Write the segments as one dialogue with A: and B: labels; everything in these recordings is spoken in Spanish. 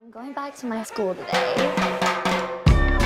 A: I'm going back to my school today.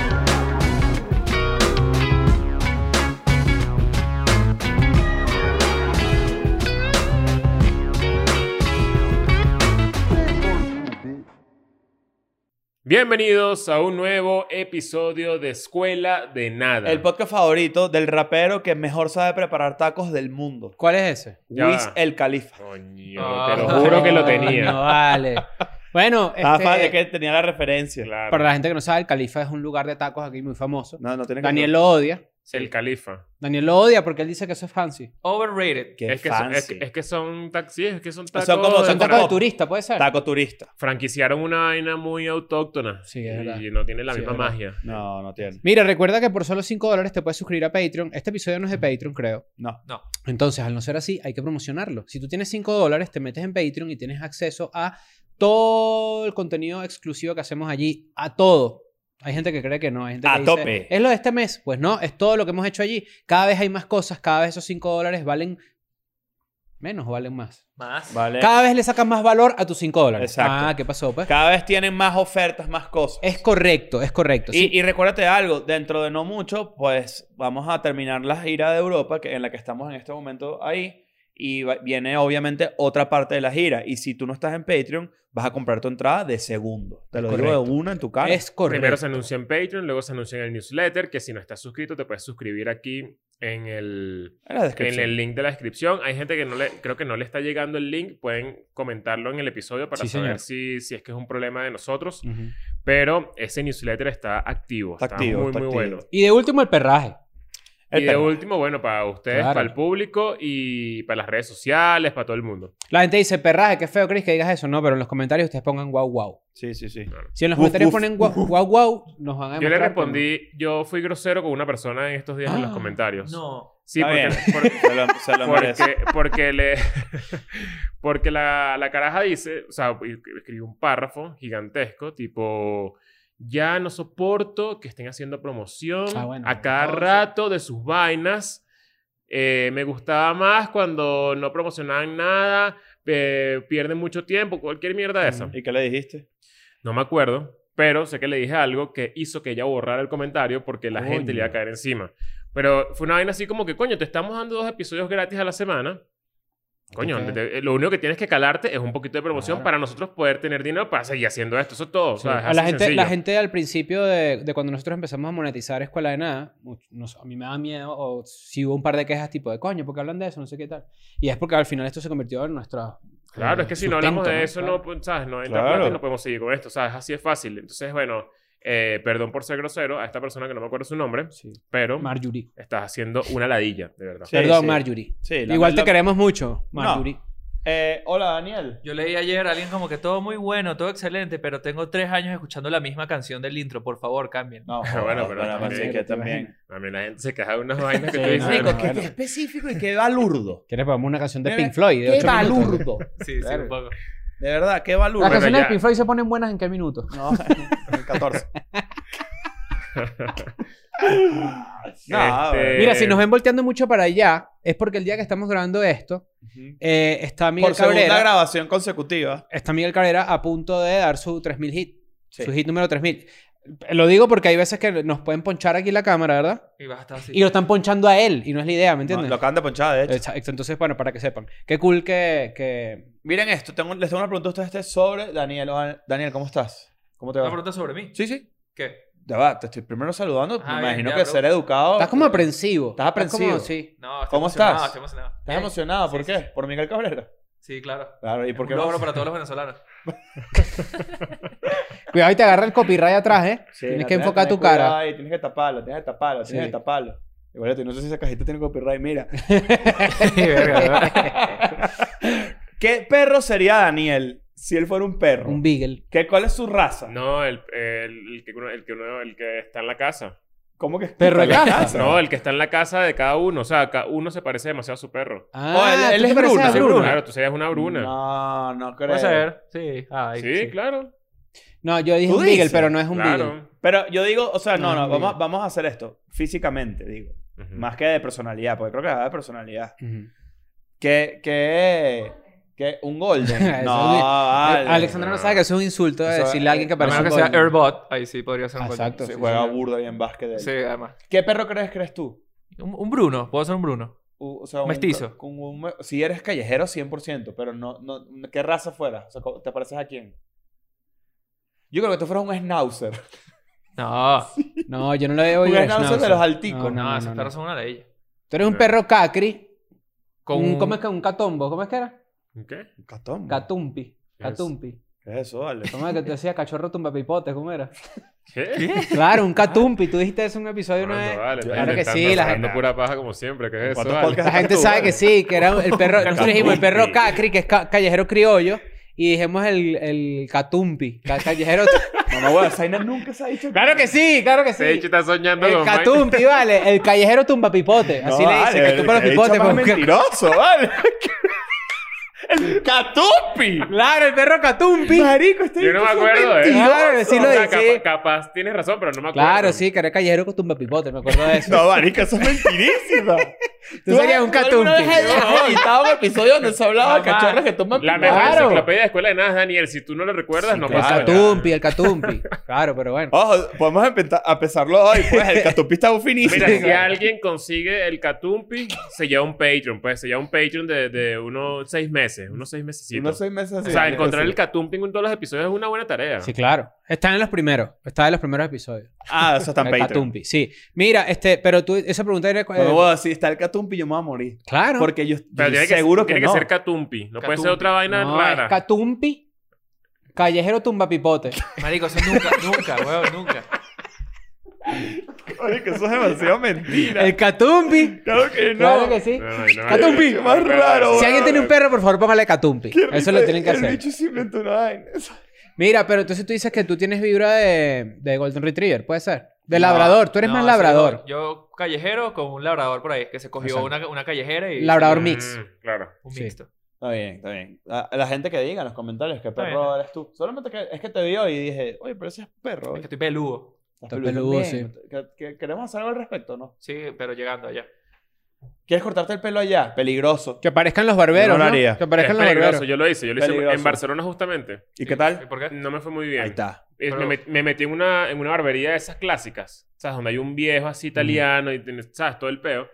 B: Bienvenidos a un nuevo episodio de Escuela de Nada.
C: El podcast favorito del rapero que mejor sabe preparar tacos del mundo.
D: ¿Cuál es ese?
B: Ya
C: Wiz
B: va.
C: el Califa.
B: Coño,
D: Ah,
B: te lo juro que lo
D: No
B: tenía.
D: vale. Bueno,
C: Ah, fa-
D: este,
C: es que tenía la referencia.
B: Claro.
D: para la gente que no sabe, el Califa es un lugar de tacos aquí muy famoso.
C: No, no tiene que
D: Daniel lo odia.
B: El califa.
D: Daniel lo odia porque él dice que eso es fancy.
E: Overrated.
C: Qué
B: Es que, son,
C: fancy.
B: es, que- es que son taxis, es que son tacos.
C: Son como-
D: Son
C: Taco
D: tacos de
C: pop.
D: turista, puede ser.
C: Taco turista.
B: Franquiciaron una vaina muy autóctona.
D: Sí, es
B: y
D: verdad.
B: no tiene la
D: Sí,
B: misma
D: es verdad.
B: magia.
C: No, no tiene.
D: Mira, recuerda que por solo 5 dólares te puedes suscribir a Patreon. Este episodio no es de Patreon, creo.
C: No.
D: Entonces, al no ser así, hay que promocionarlo. Si tú tienes 5 dólares, te metes en Patreon y tienes acceso a todo el contenido exclusivo que hacemos allí, a todo. Hay gente que cree que no, hay gente que
C: A
D: dice,
C: tope.
D: ¿Es lo de este mes? Pues no, es todo lo que hemos hecho allí. Cada vez hay más cosas, cada vez esos 5 dólares valen menos o valen más.
E: Más.
C: Vale. Cada,
D: Cada vez le sacas más valor a tus 5 dólares.
C: Eh. Exacto.
D: Ah, ¿qué pasó? Pues
C: vez tienen más ofertas, más cosas.
D: es correcto, es correcto.
C: Y, y recuérdate algo, dentro de no mucho, pues vamos a terminar la gira de Europa, que, en la que estamos en este momento ahí, y va- viene obviamente otra parte de la gira. Y si tú no estás en Patreon, vas a comprar tu entrada de segundo. Te lo digo de
D: Correcto.
C: una en tu cara.
D: Es correcto.
B: Primero se anuncia en Patreon, luego se anuncia en el newsletter, que si no estás suscrito te puedes suscribir aquí en el,
C: en la
B: en
C: descripción.
B: el link de la descripción. Hay gente que no le, creo que no le está llegando el link, pueden comentarlo en el episodio para
D: Sí,
B: saber
D: señor.
B: si, si es que es un problema de nosotros.
D: Ujú.
B: Pero ese newsletter está activo. Está,
C: Está activo,
B: muy,
C: está
B: muy
C: activo.
B: bueno.
D: Y de último, el perraje.
B: y
C: El
B: de
C: perro.
B: último, bueno, para ustedes,
D: Claro.
B: para el público y para las redes sociales, para todo el mundo.
D: La gente dice, perraje, qué feo, Chris, que digas eso. No, pero en los comentarios ustedes pongan guau, guau.
C: Sí, sí, sí.
D: Si en los
C: Uf,
D: comentarios
C: uf,
D: ponen guau,
C: uf, uf.
D: guau, guau, nos van a
B: Yo le
D: demostrar como-
B: respondí, yo fui grosero con una persona en estos días en los
D: Ah,
B: comentarios.
E: No.
B: Sí,
C: Está
B: porque,
C: bien.
B: por-
C: Se lo, se lo merece.
B: porque, porque le... porque la, la caraja dice, o sea, escribió un párrafo gigantesco, tipo... Ya no soporto que estén haciendo promoción
D: Ah, bueno.
B: a cada
E: No, sí.
B: rato de sus vainas. Eh, me gustaba más cuando no promocionaban nada, eh, pierden mucho tiempo, cualquier mierda de esa.
C: ¿Y qué le dijiste?
B: No me acuerdo, pero sé que le dije algo que hizo que ella borrara el comentario porque la
C: Coño.
B: gente le iba a caer encima. Pero fue una vaina así como que, coño, te estamos dando dos episodios gratis a la semana. Coño,
D: Ok.
B: te- lo único que tienes que calarte es un poquito de promoción
D: Claro.
B: para nosotros poder tener dinero para seguir haciendo esto. Eso es todo.
D: Sí.
B: o sea, es
D: a la
B: así
D: gente, la
B: sencillo.
D: gente al principio de, de cuando nosotros empezamos a monetizar Escuela de Nada, mu- no sé, a mí me da miedo o si hubo un par de quejas tipo de coño, ¿por qué hablan de eso? No sé qué tal. Y es porque al final esto se convirtió en nuestra...
B: Claro,
D: eh,
B: es que si no
D: sustento,
B: hablamos de eso,
D: Claro.
B: no, pues, ¿sabes? No entra
C: Claro.
B: plata y no podemos seguir con esto. ¿Sabes? Así es fácil. Entonces, bueno, eh, perdón por ser grosero a esta persona que no me acuerdo su nombre,
D: Sí.
B: pero
D: Marjorie.
B: estás haciendo una ladilla, de verdad.
C: Sí,
D: Perdón,
C: sí.
D: Marjorie.
C: Sí, la-
D: Igual te
C: la-
D: queremos mucho, Marjorie.
C: Eh, hola, Daniel.
E: Yo leí ayer a alguien como que todo muy bueno, todo excelente, pero tengo tres años escuchando la misma canción del intro. Por favor, cambien.
C: No,
B: bueno,
C: joder,
B: pero
C: bueno,
B: también-
C: sí que también.
B: A mí la gente se queja de unas vainas que
D: Sí,
B: tú
D: no,
B: dices.
D: no,
B: "Bueno,
D: que- bueno.
C: específico y qué balurdo.
D: ¿Quieres ponemos una canción de
C: Mira,
D: Pink Floyd? de ocho minutos?
E: Sí, sí,
D: Claro.
E: un poco.
C: De verdad, qué
D: Las
C: balurdo.
B: Bueno,
D: canciones
B: ya.
D: de Pink Floyd se ponen buenas en qué minuto.
C: No, 14. no,
B: Este-
D: Mira,
B: Eh,
D: si nos ven volteando mucho para allá, es porque el día que estamos grabando esto,
C: Ujú.
D: eh, está Miguel
C: Por segunda
D: Cabrera.
C: grabación consecutiva.
D: está Miguel Cabrera a punto de dar su 3000 hit.
C: Sí.
D: Su hit número 3000. Lo digo porque hay veces que nos pueden ponchar aquí la cámara, ¿verdad?
E: Y vas a estar así.
D: Y lo están ponchando a él y no es la idea, ¿me
C: No,
D: entiendes?
C: lo acaban de ponchar, de hecho.
D: Exacto. Entonces, bueno, para que sepan. Qué cool que... que...
C: Miren esto, tengo- les tengo una pregunta a ustedes este sobre Daniel. Hola, Daniel, ¿cómo estás? ¿Cómo te
E: Una
C: va?
E: pregunta sobre mí.
C: Sí, sí.
E: ¿Qué?
C: Ya va, te estoy primero saludando.
E: Ah,
C: Me
E: bien,
C: imagino
E: ya,
C: que
E: bro.
C: ser educado.
D: Estás como aprensivo.
C: eh, Estás aprensivo.
D: como- sí.
E: No, estoy
C: ¿Cómo
E: emocionado,
C: estás?
E: Estoy emocionado.
C: ¿Estás emocionado? ¿Por
E: Sí,
C: qué? ¿Por Miguel Cabrera?
E: Sí, claro.
C: Claro, ¿y por qué
E: un logro
C: más?
E: para todos los venezolanos.
D: Cuidado y te agarra el copyright atrás, ¿eh?
C: Sí,
D: Tienes
C: la
D: que enfocar
C: tener
D: tu cara.
C: cuidado ahí, tienes que taparlo, tienes que taparlo, tienes
D: Sí.
C: que taparlo. Igual yo no sé si esa cajita tiene copyright, mira. ¿Qué perro sería Daniel si él fuera un perro?
D: Un beagle.
C: ¿Qué, ¿Cuál es su raza?
B: No, el, el, el que, uno- el, que uno- el que está en la casa.
C: ¿Cómo que
D: ¿Perro de casa?
B: No, el que está en la casa de cada uno. O sea, ca- uno se parece demasiado a su perro.
D: Ah,
C: Oh, él- él
D: ¿tú
C: es
D: te pareces
C: Bruno,
D: a
C: es
B: Sí,
C: Bruna.
B: Claro, tú serías una bruna.
C: No, no creo.
E: Puede ser. Sí. Ay,
B: sí, claro.
D: No, yo dije
C: ¿Tú
D: un beagle,
C: dices?
D: pero no es un beagle.
B: Claro.
C: Pero yo digo, o sea, no,
D: No,
C: no,
D: no,
C: vamos,
D: digo.
C: vamos a hacer esto. Físicamente, digo.
B: Ujú.
E: Mm.
C: Más que de personalidad, porque creo que va de personalidad.
D: Ujú.
C: ¿Qué, qué, ¿Qué? ¿Un golden?
D: Eso Eh,
C: no,
D: es-
C: vale.
D: Alexandra no sabe que eso es un insulto de
C: Eso- eh,
D: decirle a alguien que
E: A
D: parece
E: menos
D: un
E: que sea
D: golden.
E: Airbot, ahí sí podría ser un gol.
D: Exacto.
C: Se
D: sí,
C: juega
D: señor.
C: burda bien básquet. él.
E: Sí, además.
C: ¿Qué perro crees crees tú?
E: Un, un Bruno, puedo ser un Bruno.
C: U- o sea, un-
E: Mestizo.
C: con un me- si eres callejero, 100%, pero no, no, ¿qué raza fuera? O sea, ¿cómo- ¿te pareces a quién? Yo creo que tú fueras un schnauzer.
E: No,
D: No, yo no lo veo
C: Un
D: oído.
C: schnauzer de los alticos.
D: No,
E: no,
D: no,
E: esos
D: no,
E: perros
D: no.
E: son una ley.
D: Tú eres un perro cacri.
E: Con
D: un,
E: un,
D: ¿Cómo es que? Un catombo. ¿Cómo es que era?
B: ¿Qué?
C: Catón.
D: Catumpi. Catumpi.
C: ¿Qué es eso, vale?
D: ¿Cómo es que te decía cachorro tumbapipote? ¿Cómo era?
B: ¿Qué?
D: Claro, un catumpi. Tú dijiste eso en un episodio una vez.
B: Bueno, vale,
C: Yo-
B: estás
D: eh, Claro que
B: inventando,
D: sí, la
B: sacando
C: gente-
B: pura paja como siempre, ¿qué es eso?
C: ¿Cuántos
B: vale?
C: podcasts
D: La gente
C: Tú,
D: sabe
C: vale.
D: que sí, que era el perro. Nosotros dijimos el perro
B: Catumpi.
D: cacri, que es ca- callejero criollo. Y dijimos el, el catumpi. ca- callejero.
C: No, no, bueno, Zaina nunca se ha dicho.
D: claro que sí, claro que sí.
B: Este hecho está soñando
D: El
B: con
D: catumpi, vale. El callejero tumbapipote. Así
C: No,
D: le dicen.
C: vale,
D: que tumba los
C: el
D: pipotes.
C: bicho más
D: porque-
C: mentiroso, vale. ¡El Catupi!
D: Claro, el perro catumpi.
C: Marico, este
B: Yo no me
C: bicho es un
B: acuerdo, ¿eh?
C: mentiroso.
D: Claro, sí lo
B: O sea, capa-
D: dice.
B: capaz tienes razón, pero no me acuerdo.
D: Claro, sí, que era callejero con tumbapipote. Me acuerdo de eso.
C: No, marico, eso es mentirísima.
D: Tú serías un
C: alguna
D: catumpi.
C: vez has editado un episodio donde se hablaba de
E: Jamás.
C: cachorros que toman
B: La mejor
C: pipí?
D: Claro.
B: enciclopedia de escuela de nada, Daniel. Si tú no lo recuerdas,
C: Sí,
B: no
D: El
C: claro. Oh.
B: pasa
D: catumpi, el catumpi. Claro, pero bueno.
C: Ojo, podemos empezar- empezarlo hoy, pues. El Catupi está finísimo.
B: Mira, si alguien consigue el Catumpi, se lleva un Patreon. Pues se lleva un Patreon de, de unos seis meses. Unos seis mesecitos.
C: Unos seis meses
B: o
C: así.
B: sea, encontrar el Catumpi en todos los episodios es una buena tarea.
D: Sí, claro. Está en los primeros. Está en los primeros episodios.
C: Ah, eso está en
D: el
C: Patreon.
D: catumpi, sí. Mira, este, pero tú, esa pregunta era... eh,
C: Bueno, bueno, si está el Catumpi, yo me voy a morir.
D: claro.
C: Porque yo,
B: Pero
C: yo
B: tiene que,
C: seguro que,
B: tiene
C: no.
B: que ser Catumpi. No puede ser
E: Catumpi.
B: otra vaina
D: no, es
B: rara.
D: catumpi, callejero tumbapipote.
E: Marico, eso nunca, nunca, weón, nunca.
C: Oye, que eso es demasiado mentira.
D: el catumpi.
C: Claro que no.
D: Claro que sí.
B: No, no, no, no.
D: Catumpi.
C: Más raro,
D: Si alguien tiene un perro, por favor, póngale catumpi.
C: Qué
D: Eso
C: risa,
D: lo tienen que
C: el
D: hacer.
C: bicho se inventó una vaina.
D: Mira, pero entonces tú dices que tú tienes vibra de, de Golden Retriever, puede ser. De
E: No,
D: labrador, tú eres
E: no,
D: más
E: sí,
D: labrador.
E: Yo, yo callejero con un labrador por ahí, que se cogió
D: Exacto.
E: una, una callejera y...
D: Labrador
B: Mm,
D: mix.
B: Claro.
E: Un
D: Sí.
E: mixto.
C: Está bien, está bien. La, la gente que diga en los comentarios que
E: Está
C: perro eres tú. Solamente que es que te vio y dije, oye, pero ese es perro.
E: Es que estoy peludo.
C: Estás
D: Está peludo,
C: también. ¿Que- que- ¿Queremos hacer algo al respecto no?
E: Sí, pero llegando allá.
C: ¿Quieres cortarte el pelo allá? Peligroso.
D: Que parezcan los barberos,
C: Yo no lo
D: ¿no?
C: haría.
D: Que parezcan
B: es
D: los
B: peligroso.
D: barberos.
B: Yo lo hice. Yo lo hice en
C: Peligroso.
B: Barcelona justamente.
C: ¿Y qué tal?
E: ¿Por qué?
B: No me fue muy bien.
C: Ahí está.
B: Eh,
E: Pero-
B: me, met- me metí en una, en una barbería de esas clásicas, ¿sabes? Donde hay un viejo así italiano y tiene, ¿sabes? Todo el peo.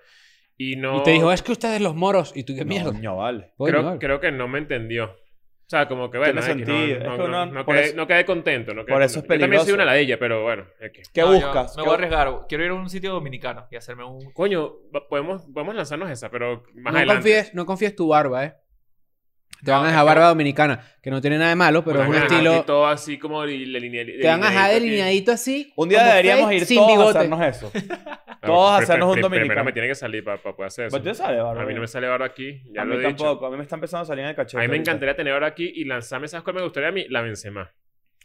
B: Y no...
D: Y te dijo, es que ustedes los moros. Y tú, qué
C: No,
D: mierda.
C: Coño, vale.
D: Coño,
B: creo,
D: vale.
B: creo que no me entendió. O sea, como que bueno,
C: Tiene
B: X, no- no,
C: sentido. Es que
B: no-
C: uno-
B: no
C: por
B: quedé,
C: eso-
B: no quedé contento. no quedé
C: por eso es
B: contento. Yo también soy
C: peligroso.
B: una ladilla, pero bueno. X.
C: ¿Qué
E: No, yo
C: buscas?
E: Me
C: ¿Qué
E: voy a
C: bu-
E: arriesgar. Quiero ir a un sitio dominicano y hacerme un...
B: Coño, va- podemos, podemos lanzarnos esa, pero más
D: no,
B: adelante.
D: confíes, no confíes tu barba, ¿eh? Te van
E: No,
D: a
E: es
D: dejar
E: que-
D: barba dominicana, que no tiene nada de malo, pero
B: Bueno,
D: es un
B: ajá,
D: estilo...
B: y todo así como de de linea- de
D: Te van a dejar
B: lineadito aquí.
D: delineadito así.
C: Un día
D: como
C: deberíamos
D: fade,
C: ir
D: sin
C: todos a
D: bigote.
C: hacernos eso.
B: Ah,
C: Todos
B: pri- pri-
C: hacernos un
B: pri- Primero
C: dominicano.
B: me tiene que salir para poder hacer eso.
C: ¿Pero te sale, barba?
B: A mí no me sale barba aquí, ya
C: A
B: lo
C: mí
B: he dicho.
C: tampoco. A mí me está empezando a salir en el cachete.
B: A mí me
C: ahorita.
B: encantaría tener ahora aquí y lanzarme esas cosas me gustaría a mí, la Benzema.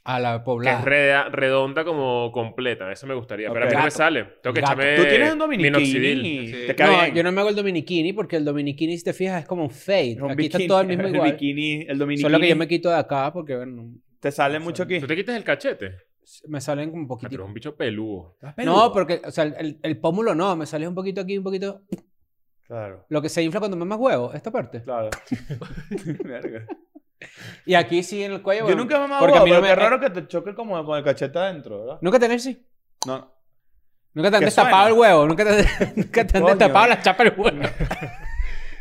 D: A la
B: Que es
D: poblada.
B: reda- redonda como completa, eso me gustaría, pero a mí
C: Ok.
B: no me sale. Tengo que
D: Gato.
B: echarme
C: Tú tienes un
B: minoxidil.
C: dominiquini.
E: Sí.
C: Te cae
D: No,
C: bien.
D: yo no me hago el dominiquini porque el dominiquini, si te fijas, es como un fade.
C: Es un
D: aquí
C: bikini-
D: está todo el mismo
C: el
D: igual.
C: bikini- el dominiquini.
D: Solo que yo me quito de acá porque, bueno,
C: Te sale mucho aquí.
B: ¿Tú te quitas el cachete?
D: me salen como un
B: Ah, Tú eres
D: poquitito.
B: un bicho peludo.
D: No, porque, o sea, el, el pómulo no, me sale un poquito aquí, un poquito.
C: Claro.
D: Lo que se infla cuando me más huevo, esta parte.
C: Claro. Verga.
D: Y aquí sí en el cuello.
C: Yo
D: bueno,
C: nunca me he
D: porque a
C: mamado,
D: mí
C: pero
D: no me-
C: qué raro que te choque como con el cachete adentro, ¿verdad?
D: Nunca tenés, sí.
C: No.
D: Nunca te han
C: Que suena.
D: destapado el huevo. Nunca te, nunca te han
C: Coño.
D: destapado la chapa del huevo.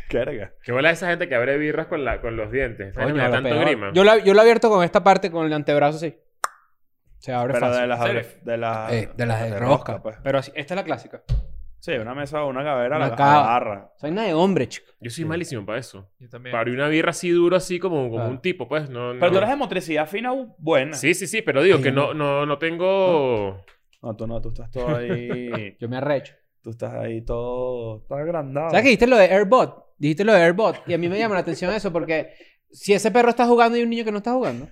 C: Qué verga.
B: Qué bola esa gente que abre birras con, la, con los dientes. ¿Sabes?
D: Coño,
B: Me da
D: lo
B: tanto
D: peor.
B: grima.
D: Yo lo, yo lo abierto con esta parte, con el antebrazo, sí. Se abre
C: Pero
D: fácil.
C: de las
E: ¿En
C: abre-
E: serio?
C: de las
D: Eh, de las de, rosca.
C: pues.
D: Pero así- esta es la clásica.
C: Sí, una mesa o una gavera
D: Una
C: la, la
D: cava.
C: agarra.
D: Soy una de hombre, chico.
B: Yo soy malísimo para eso.
E: Yo también.
B: Para abrir una birra así duro, así como, como
D: Claro.
B: un tipo, pues. No,
C: Pero
B: no-
C: tú eres de motricidad fina u- buena.
B: Sí, sí, sí, pero digo
D: Ay,
B: que
D: no.
B: no, no, no tengo...
C: No, tú no, tú estás todo ahí.
D: Yo me arrecho.
C: tú estás ahí todo. Estás agrandado.
D: ¿Sabes que dijiste lo de Airbot? Dijiste lo de Airbot. Y a mí me llama la atención eso porque si ese perro está jugando y hay un niño que no está jugando.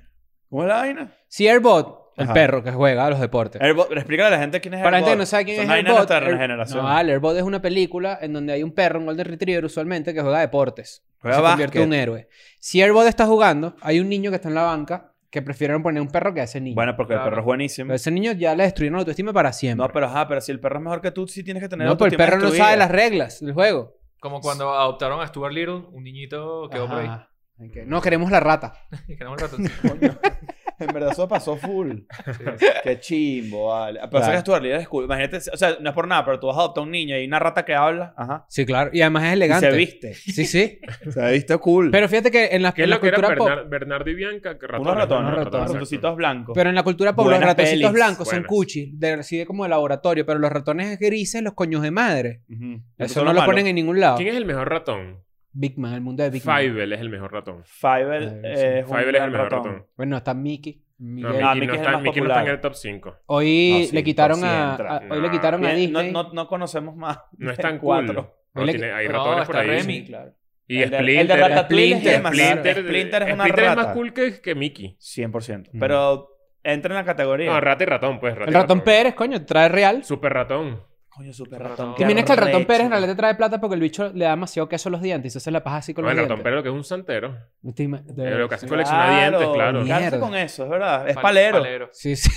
C: ¿Cómo es la vaina?
D: Si Airbot, el
C: Ajá.
D: perro que juega a los deportes.
C: Airbot, pero explícale a la gente quién es
D: Para la gente que
C: Airbot.
D: no sabe quién
C: Son
D: es
C: vainas de
D: Airbot.
C: nuestra
D: Air-
C: generación.
D: No, vale, Airbot es una película en donde hay un perro, un Golden Retriever usualmente, que juega deportes.
C: Juega
D: se convierte en
C: básquet.
D: un héroe. Si Airbot está jugando, hay un niño que está en la banca que prefirieron poner un perro que a ese niño.
C: Bueno, porque
E: Claro.
C: el perro es buenísimo.
D: Pero ese niño ya le destruyeron la autoestima para siempre.
C: No, pero ajá, pero si el perro es mejor que tú, sí tienes que tener
D: No, pero el
C: autoestima
D: perro no
C: destruida.
D: sabe las reglas del juego.
E: Como cuando adoptaron a Stuart Little, un niñito quedó por ahí.
D: Ajá. Hay que- No, queremos la rata.
E: Queremos el ratoncito.
C: Coño. En verdad eso pasó full. Qué chimbo, vale. Pero
D: Claro.
C: sacas tu realidad es cool. Imagínate, o sea, no es por nada, pero tú vas a adoptar a un niño y hay una rata que habla. Ajá.
D: Sí, claro. Y además es
C: Y
D: elegante.
C: se viste.
D: Sí, sí.
C: Se viste cool.
D: Pero fíjate que en la,
B: ¿Qué es
D: en la
B: lo que era
D: cultura pop.
B: Bernard- Bernardo y Bianca? Que
C: unos ratones,
B: unos
C: unos
D: ratones,
C: ratoncitos blancos.
D: Pero en la cultura pop, los
C: Buenas
D: ratoncitos
C: pelis.
D: blancos son
B: Buenas.
D: cuchi, de, así de como de laboratorio, pero los ratones grises, los coños de madre.
C: Ujú. Esos
D: Eso
C: son
D: no
C: los
D: lo
C: malos.
D: ponen en ningún lado.
B: ¿Quién es el mejor ratón?
D: Big Man, el mundo de Big Man.
B: Fievel es el mejor ratón.
C: Fievel
D: Fievel,
C: eh,
D: sí.
C: es un
B: Fievel es el
C: gran
B: mejor
C: ratón.
B: ratón.
D: Bueno, está Mickey.
B: No,
D: Miguel.
B: Mickey, no,
C: Ah, Mickey es el
B: está,
C: más
B: Mickey no está en
C: popular.
B: el top 5.
D: Hoy
C: No, sí,
D: le quitaron
C: por si
D: a,
C: entra.
D: a- hoy le quitaron a
C: Bien, no,
D: Disney.
C: no- no conocemos más.
B: No es tan cool.
C: Cuatro.
B: No,
D: Huele
B: tiene-
D: que-
B: hay
E: No,
B: ratones por
E: está
B: ahí.
E: Remy.
C: Sí, claro.
B: Y
C: El de-
B: Splinter.
C: el de Ratatouille es
D: Splinter,
C: demasiado.
B: Splinter,
C: Splinter es una
B: Splinter es más
C: rata.
B: cool que, que Mickey.
C: 100%.
D: Mm.
C: Pero entra en la categoría.
B: No, rata y ratón, pues. Rata
D: El
B: y
D: ratón Pérez, coño, trae real.
B: Super ratón.
C: Coño, super
E: Ratón.
C: ratón.
D: Que miren que el ratón Pérez en
C: la
D: realidad trae plata porque el bicho le da demasiado queso a los dientes y se hace la paja así con
B: No, el
D: los
B: ratón,
D: dientes.
B: pero lo que es un santero.
D: No te ima- de-
B: Pero lo que hace
D: sí.
B: es colecciona dientes, claro.
D: Mierda.
C: Cárcel con eso, es verdad. Es
E: Pal-
C: palero.
D: Sí, sí.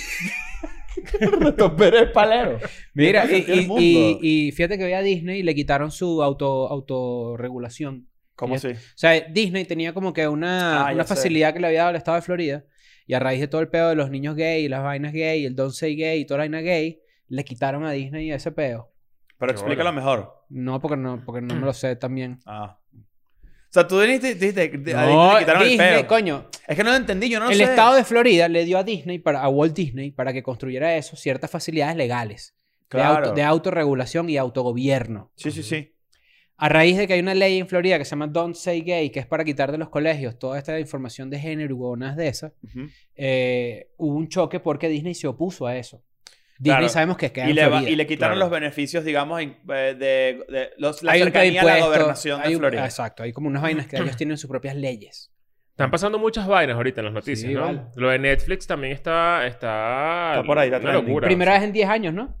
C: ratón Pérez es palero.
D: Mira,
C: Tiene
D: y,
C: todo el sentido
D: y-
C: del
D: y-
C: mundo.
D: y fíjate que hoy a Disney le quitaron su auto autorregulación.
C: ¿Cómo
D: Y-
C: así?
D: O sea, Disney tenía como que
C: Ah,
D: una,
C: ya
D: una
C: sé.
D: facilidad que le había dado el estado de Florida. Y a raíz de todo el pedo de los niños gay, y las vainas gay, el don't say gay y toda la vaina gay, le quitaron a Disney ese pedo.
C: Pero explícalo mejor.
D: No, porque no, porque no
C: Mm.
D: me lo sé también.
C: Ah. O sea, tú viniste y dijiste que a Disney
D: No,
C: le quitaron el
D: Disney,
C: peo.
D: coño.
C: Es que no lo entendí, yo no
D: el
C: sé.
D: estado de Florida le dio a Disney, para, a Walt Disney, para que construyera eso, ciertas facilidades legales. de auto-
C: Claro.
D: de autorregulación y autogobierno.
C: Sí, sí, sí.
D: A raíz de que hay una ley en Florida que se llama Don't Say Gay, que es para quitar de los colegios toda esta información de género y huevonas de esas,
C: Ujú.
D: eh, hubo un choque porque Disney se opuso a eso. Disney
C: Claro.
D: sabemos que queda
C: Y
D: en
C: le, va-
D: Florida.
C: y le quitaron
B: claro.
C: los beneficios, digamos, en- eh, de, de los, la
D: Hay un
C: cercanía a
D: impuesto,
C: la gobernación
D: hay
C: de
D: un- ah,
C: Florida.
D: Exacto, hay como unas vainas que ellos tienen sus propias leyes.
B: Están pasando muchas vainas ahorita en las noticias,
D: Sí,
B: ¿no?
D: vale.
B: Lo de Netflix también está... Está,
C: Está por ahí, está
B: una
C: trending.
B: locura.
D: Primera vez en 10 años, ¿no?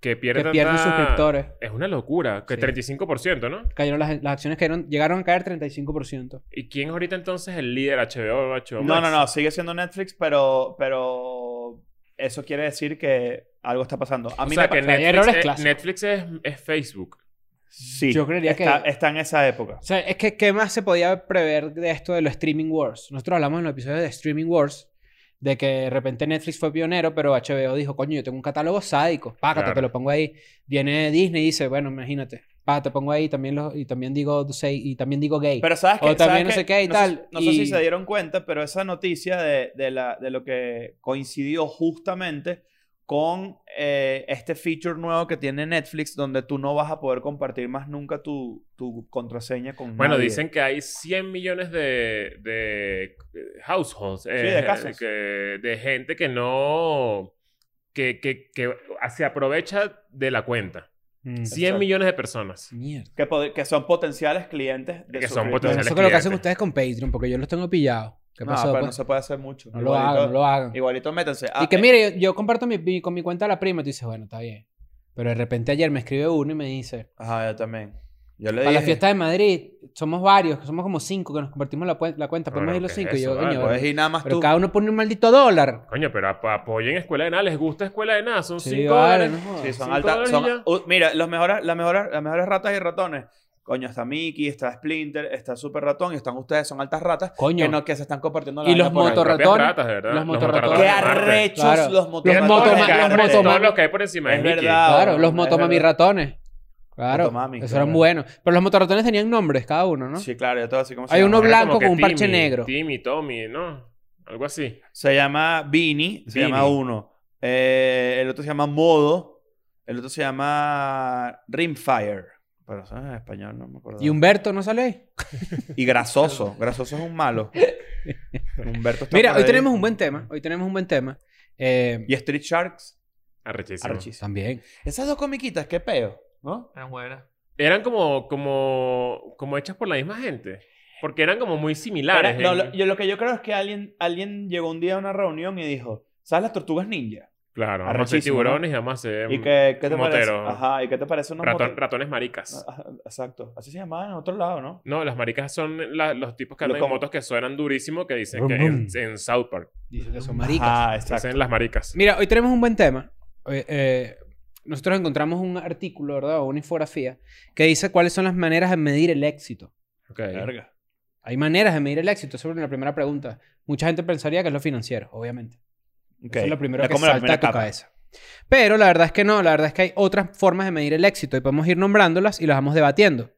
B: Que
D: Que
B: pierde
D: pierden
B: tanta-
D: suscriptores.
B: Es una locura. Que
D: Sí.
B: 35%, ¿no?
D: Cayeron las, las acciones cayeron, llegaron a caer 35%.
B: ¿Y quién es ahorita entonces el líder? HBO, HBO
C: No,
B: Max?
C: no, no, sigue siendo Netflix, pero, pero eso quiere decir que algo está pasando. A
B: o
C: mí
B: sea,
C: me
B: que
C: parece.
D: hay
B: Netflix,
D: errores
B: es,
D: clásicos.
B: Netflix es, es Facebook.
C: Sí,
D: Yo creería que-
C: está- está en esa época.
D: O sea, es que ¿qué más se podía prever de esto de los streaming wars? Nosotros hablamos en los episodios de streaming wars de que de repente Netflix fue pionero, pero HBO dijo, coño, yo tengo un catálogo sádico, págate,
B: Claro.
D: te lo pongo ahí. Viene Disney y dice, bueno, imagínate, pa, te pongo ahí también los, y también digo say- y también digo gay.
C: Pero sabes que.
D: O también
C: ¿sabes
D: no sé qué y
C: sé-
D: tal,
C: no sé
D: y-
C: si se dieron cuenta, pero esa noticia de, de la, de lo que coincidió justamente con eh, este feature nuevo que tiene Netflix, donde tú no vas a poder compartir más nunca tu, tu contraseña con
B: Bueno,
C: nadie.
B: dicen que hay 100 millones de, de households, eh,
C: de casas.
B: que- de gente que no, que, que, que se aprovecha de la cuenta.
D: Mm.
B: 100
C: Exacto.
B: millones de personas.
D: Mierda.
C: que, pod- que son potenciales clientes de
B: Que
C: su
B: son
C: red.
D: Bueno,
B: potenciales.
D: eso que lo que hacen
B: clientes.
D: ustedes con Patreon, porque yo los tengo pillados. ¿Qué
C: No,
D: pasó?
C: pero
D: pues?
C: no se puede hacer mucho.
D: No lo hagan, no lo hagan.
C: Igualito métanse. Ah,
D: y que
C: eh,
D: mire, yo, yo comparto mi- mi- con mi cuenta la prima y tú dices, bueno, está bien. Pero de repente ayer me escribe uno y me dice,
C: eh, Ajá, yo también. Yo le
D: Para la
C: dije.
D: fiesta de Madrid, somos varios, que somos como cinco, que nos compartimos la, cuen- la cuenta, podemos
B: Ahora,
D: ir los
B: ¿qué es
D: cinco. y yo,
B: eso,
D: coño,
B: vale?
D: pero-
C: Puedes ir nada más
D: pero
C: tú.
D: cada uno pone un maldito dólar.
B: Coño, pero ap- apoyen Escuela de Nada. ¿Les gusta Escuela de Nada? Son
D: Sí,
B: 5
D: vale,
B: dólares.
D: no jodas.
C: Sí, son
B: Cinco
C: altas.
B: dólares y
C: Son,
B: ya.
C: uh, mira, los mejores, las, mejores, las mejores ratas y ratones. Coño, está Mickey, está Splinter, está Super Ratón y están ustedes, son altas ratas
D: Coño.
C: que, no, que se están compartiendo la
D: Y
C: vaina
D: los
C: por ahí.
D: motorra-
B: Propias
D: Ratones,
B: ratas, de ¿verdad?
D: los motorratones.
C: ¡Qué
B: de Marte.
C: arrechos
D: Claro.
C: los
B: Los
C: motorratones!
D: motoma-
C: ¡Qué
D: los
B: motorratones.
C: arrechos!
D: motoma-
B: Todo lo que hay por encima es
C: Es
B: Mickey.
C: verdad.
D: Claro,
C: bueno,
D: los
C: es
D: motomami
C: verdad.
D: ratones. Claro,
C: Motomami,
D: esos
C: claro.
D: eran buenos. Pero los motorratones tenían nombres cada uno, ¿no?
C: Sí, claro, yo te voy a decir cómo se
D: Hay
C: llama.
D: uno
B: Era
D: blanco
B: como que
D: con un parche
B: Timmy,
D: negro.
B: Timmy, Tommy, ¿no? Algo así.
C: Se llama Beanie, se
B: Beanie.
C: llama uno. Eh, el otro se llama Modo. El otro se llama Rimfire. Pero eso es en español, no me acuerdo.
D: Y Humberto, ¿no sale ahí?
C: Y Grasoso. Grasoso es un malo. Humberto está
D: Mira,
C: por
D: hoy
C: ahí.
D: tenemos un buen tema. Hoy tenemos un buen tema. Eh,
C: Y Street Sharks.
B: Arrechísimo.
C: Arrechísimo.
D: También.
C: Esas dos comiquitas, qué peo, ¿no?
E: Eran buenas.
B: Eran como, como, como hechas por la misma gente. Porque eran como muy
C: Era-
B: similares. ¿eh?
C: no,
B: en-
C: lo, yo lo que yo creo es que alguien, alguien llegó un día a una reunión y dijo, ¿sabes las tortugas ninja?
B: claro, vamos a hacer
C: arrechísimo,
B: tiburones y vamos a hacer
C: ¿Y qué, qué te parece?
B: motero.
C: Ajá, ¿y qué te parece unos
B: ratón-
C: mote-
B: ratones maricas.
C: Ah, ah, Exacto. Así se llamaban en otro lado, ¿no?
B: No, las maricas son la- los tipos que andan
C: Los
B: en
C: como-
B: motos que suenan durísimo que dicen
D: Brum,
B: que
D: brum.
B: en, en South Park.
D: Dice que son maricas.
C: Ah,
B: Dicen
C: exacto.
B: las maricas.
D: Mira, hoy tenemos un buen tema. Hoy, eh, nosotros encontramos un artículo, ¿verdad? O una infografía que dice cuáles son las maneras de medir el éxito.
B: Okay.
C: Verga.
D: Hay maneras de medir el éxito. Sobre la primera pregunta. Mucha gente pensaría que es lo financiero, obviamente.
C: Ok.
D: Eso es lo primero
C: Es
D: que
C: como la
D: salta
C: primera
D: a tu
C: capa.
D: cabeza. Pero la verdad es que no, la verdad es que hay otras formas de medir el éxito y podemos ir nombrándolas y las vamos debatiendo.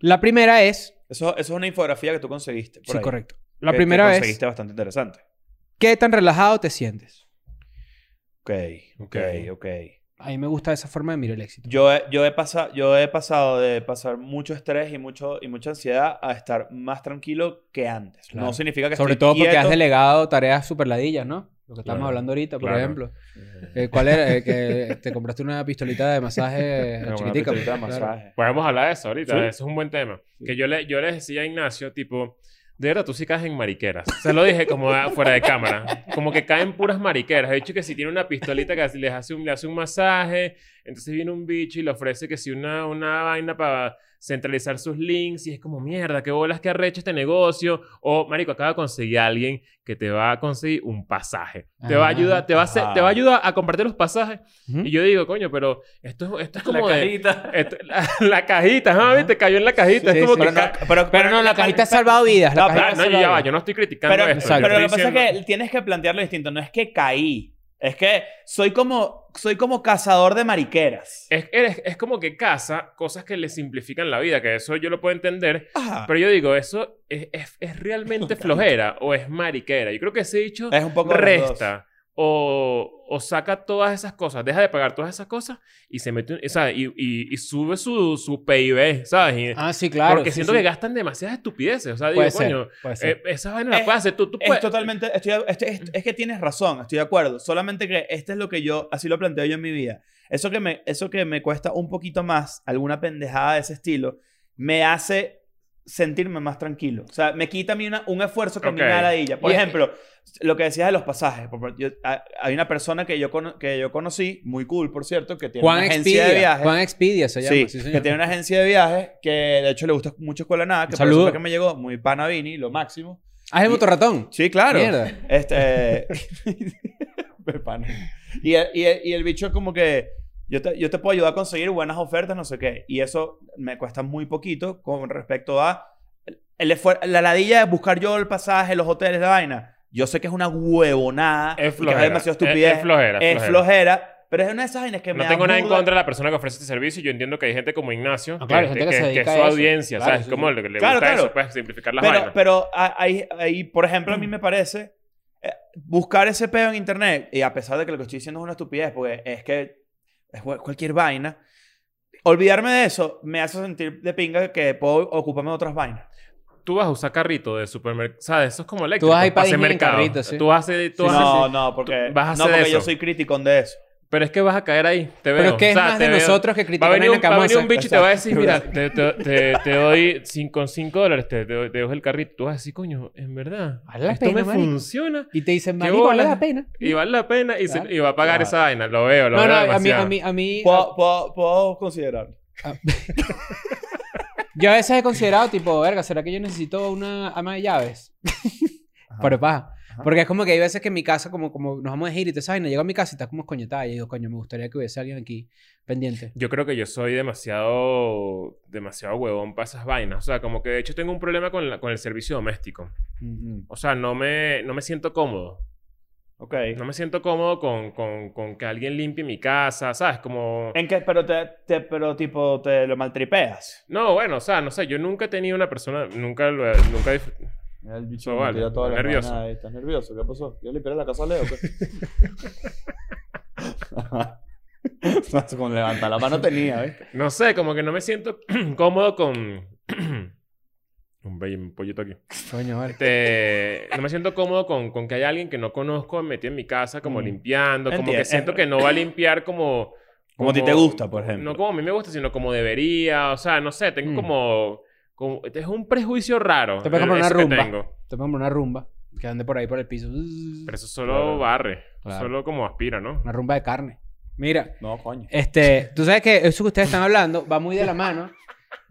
D: La primera es,
C: Eso, eso es una infografía que tú conseguiste. por
D: sí,
C: ahí,
D: correcto. La
C: que- que
D: primera es,
C: Conseguiste bastante interesante.
D: ¿qué tan relajado te sientes?
C: Ok, ok, ok.
D: A mí me gusta esa forma de mirar el éxito.
C: Yo he, yo, he pasado, yo he pasado de pasar mucho estrés y, mucho, y mucha ansiedad a estar más tranquilo que antes.
D: Claro.
C: No significa que
D: Sobre
C: estoy
D: todo porque
C: quieto.
D: has delegado tareas superladillas, ¿no? Lo que estamos
B: Claro,
D: hablando ahorita, por
B: claro.
D: ejemplo. Eh, ¿Cuál era? Eh, que te compraste una pistolita de masaje
C: Una
D: chiquitica. pues,
C: pistolita de
D: claro.
C: masaje.
B: Podemos Pues hablar de eso ahorita.
C: Sí.
B: Eso es un buen tema. Que yo le, yo le decía a Ignacio, tipo, de verdad, tú sí caes en mariqueras. Se lo dije como a- fuera de cámara. Como que caen puras mariqueras. De hecho, que si tiene una pistolita que les hace un, le hace un masaje, entonces viene un bicho y le ofrece que si una, una vaina para centralizar sus links y es como, mierda, qué bolas que arrecho este negocio. O, marico, acaba de conseguir a alguien que te va a conseguir un pasaje. Te va a ayudar, te va a, hacer- te va a ayudar a compartir los pasajes.
D: Ujú.
B: Y yo digo, coño, pero esto, es- esto es
E: La
B: como de...
E: carita.
B: Esto- la, la cajita, ¿no?
D: Ajá.
B: ¿Viste? Cayó en la cajita.
D: Sí,
B: es como
D: sí.
B: que
C: Pero no,
B: ca-
C: pero,
D: Pero no, la cajita ha
C: es
D: salvado vidas. la
C: No,
D: cajita
B: Ah,
D: ha
B: no,
D: salvado
B: ya va,
D: vidas.
B: yo no estoy criticando
C: Pero,
B: esto. yo
D: exacto.
C: pero lo que
B: estoy
C: pasa es
B: diciendo-
C: que tienes que plantearlo distinto. No es que caí. Es que soy como, soy como cazador de mariqueras.
B: es, eres- es como que casa cosas que le simplifican la vida, que eso yo lo puedo entender.
C: Ajá.
B: Pero yo digo, ¿eso es, es- es realmente flojera o es mariquera? Yo creo que ese dicho
C: es un poco de los dos.
B: resta o, o saca todas esas cosas, deja de pagar todas esas cosas y se mete, un- y, ¿sabes? Y, y- y sube su, su PIB, ¿sabes? Y-
D: Ah, sí, claro.
B: porque
D: sí,
B: siento
D: sí.
B: que gastan demasiadas estupideces. O sea, digo,
D: Puede ser,
B: coño,
D: puede ser.
B: eh, esa vaina la
C: Es-
B: puedes hacer pues, tú. tú
C: Es
B: puedes-
C: totalmente, estoy, estoy- es, es que tienes razón, estoy de acuerdo. Solamente que este es lo que yo, así lo planteo yo en mi vida. Eso que me, eso que me cuesta un poquito más, alguna pendejada de ese estilo, me hace sentirme más tranquilo. O sea, me quita a mí una- un esfuerzo que a mí me
B: Ok.
C: da ladilla. Por
D: Y-
C: ejemplo, lo que decías de los pasajes. por- por- yo- a- hay una persona que yo, cono- que yo conocí, muy cool, por cierto, que tiene
D: Juan
C: una agencia de
D: Expedia.
C: viajes.
D: Juan Expedia se llama.
C: Sí,
D: sí, señor.
C: que tiene una agencia de viajes que de hecho le gusta mucho Escuela de Nada, que por
D: Saludo.
C: eso fue que me llegó muy panavini, lo máximo.
D: Ah, es el
C: y-
D: motorratón.
C: Sí, claro.
D: Mierda.
C: Este. me pana. y, el, y, el, y el bicho, como que. Yo te, yo te puedo ayudar a conseguir buenas ofertas, no sé qué. Y eso me cuesta muy poquito con respecto a. El, esfuer- la ladilla de buscar yo el pasaje, los hoteles, la vaina. Yo sé que es una huevonada. y
B: Es
C: que
B: flojera.
C: es demasiado
B: Es-
C: estupidez.
B: Es, flojera.
C: es flojera, Pero es una de esas vainas que me
B: No
C: da
B: tengo nada en
C: burda.
B: contra de la persona que ofrece este servicio. Yo entiendo que hay gente como Ignacio,
D: Ah, claro, hay gente que se dedica
B: es
D: a
B: su
D: eso.
B: audiencia,
D: Claro,
B: ¿sabes?
D: sí,
B: como
D: sí.
B: lo que le
C: Claro,
B: gusta
C: claro.
B: eso, puedes simplificar las
C: pero,
B: vainas. Mm.
C: pero a- ahí, ahí, por ejemplo, a mí me parece eh, buscar ese pedo en internet, y a pesar de que lo que estoy diciendo es una estupidez, porque es que es cual- cualquier vaina, olvidarme de eso me hace sentir de pinga que puedo ocuparme de otras vainas.
B: Tú vas a usar carrito de supermercado, ¿sabes? Eso es como eléctrico.
D: Tú vas a ir para
B: hacer
D: Disney en
B: mercado.
D: carrito, sí.
B: Tú vas a hacer... tú
D: Sí,
B: vas a
C: no,
B: hacer-
C: no, porque,
B: tú- vas a
C: no,
B: hacer
C: porque yo
B: eso.
C: soy criticón de eso.
B: Pero es que vas a caer ahí. Te veo.
D: Pero ¿qué es
B: O sea,
D: más
B: te
D: de
B: veo.
D: nosotros que
B: Va a
D: critican
B: venir, un, va a venir un bicho y te va a decir, mira,
D: Exacto.
B: te, te, te, te doy cin- con 5 dólares, te, te, doy- te doy el carrito. Tú vas a decir, coño, en verdad,
D: Vale la
B: esto
D: pena,
B: me
D: marico.
B: funciona
D: Y te dicen,
B: Qué
D: marico, vale
B: bola.
D: la pena.
B: y vale la pena y, se-
D: Claro.
B: y va a pagar
C: Claro.
B: esa vaina. Lo veo, lo
D: No,
B: veo
D: no, a mí,
B: demasiado.
D: a mí, a mí...
C: Puedo, puedo, puedo considerarlo.
D: Yo a veces he considerado, tipo, verga, ¿será que yo necesito una ama de llaves? Pero paja.
C: Ajá.
D: Porque es como que hay veces que en mi casa, como, como nos vamos de ir y te sabes, llego a mi casa y estás como escoñetada. Y yo digo, coño, me gustaría que hubiese alguien aquí pendiente.
B: Yo creo que yo soy demasiado, demasiado huevón para esas vainas. O sea, como que de hecho tengo un problema con, la- con el servicio doméstico.
C: Mm,
B: O sea, no me, no me siento cómodo.
C: Ok.
B: No me siento cómodo con, con, con que alguien limpie mi casa, ¿sabes? Como...
C: ¿En qué? Pero, te, te- pero tipo, te lo maltripeas.
B: No, bueno, o sea, no sé. Yo nunca he tenido una persona... Nunca lo he... Nunca he disfr-
C: Mira, El
B: Eso
C: me
B: vale,
C: tira todas las
B: nervioso.
C: manos ahí. ¿Estás nervioso? ¿Qué pasó? ¿Yo limpiaré la casa a Leo? qué? Con levantar la mano tenía, ¿viste?
B: No sé, como que no me siento cómodo con... un, bello, un pollito aquí.
D: Coño, vale.
B: Este, no me siento cómodo con, con que haya alguien que no conozco metido en mi casa, como
C: Mm.
B: limpiando, como
C: Entiendo.
B: que siento que no va a limpiar como.
C: Como a ti te gusta, por ejemplo.
B: No como a mí me gusta, sino como debería. O sea, no sé, tengo
D: Mm.
B: como, como- Es un prejuicio raro.
D: Te puedes
B: el-
D: comprar una
B: eso que
D: Rumba.
B: tengo.
D: Te pongo una rumba que ande por ahí por el piso.
B: Pero eso solo
C: Claro.
B: barre.
D: Claro.
B: Solo como aspira, ¿no?
D: Una rumba de carne. Mira,
C: No, coño.
D: este, tú sabes que eso que ustedes están hablando va muy de la mano,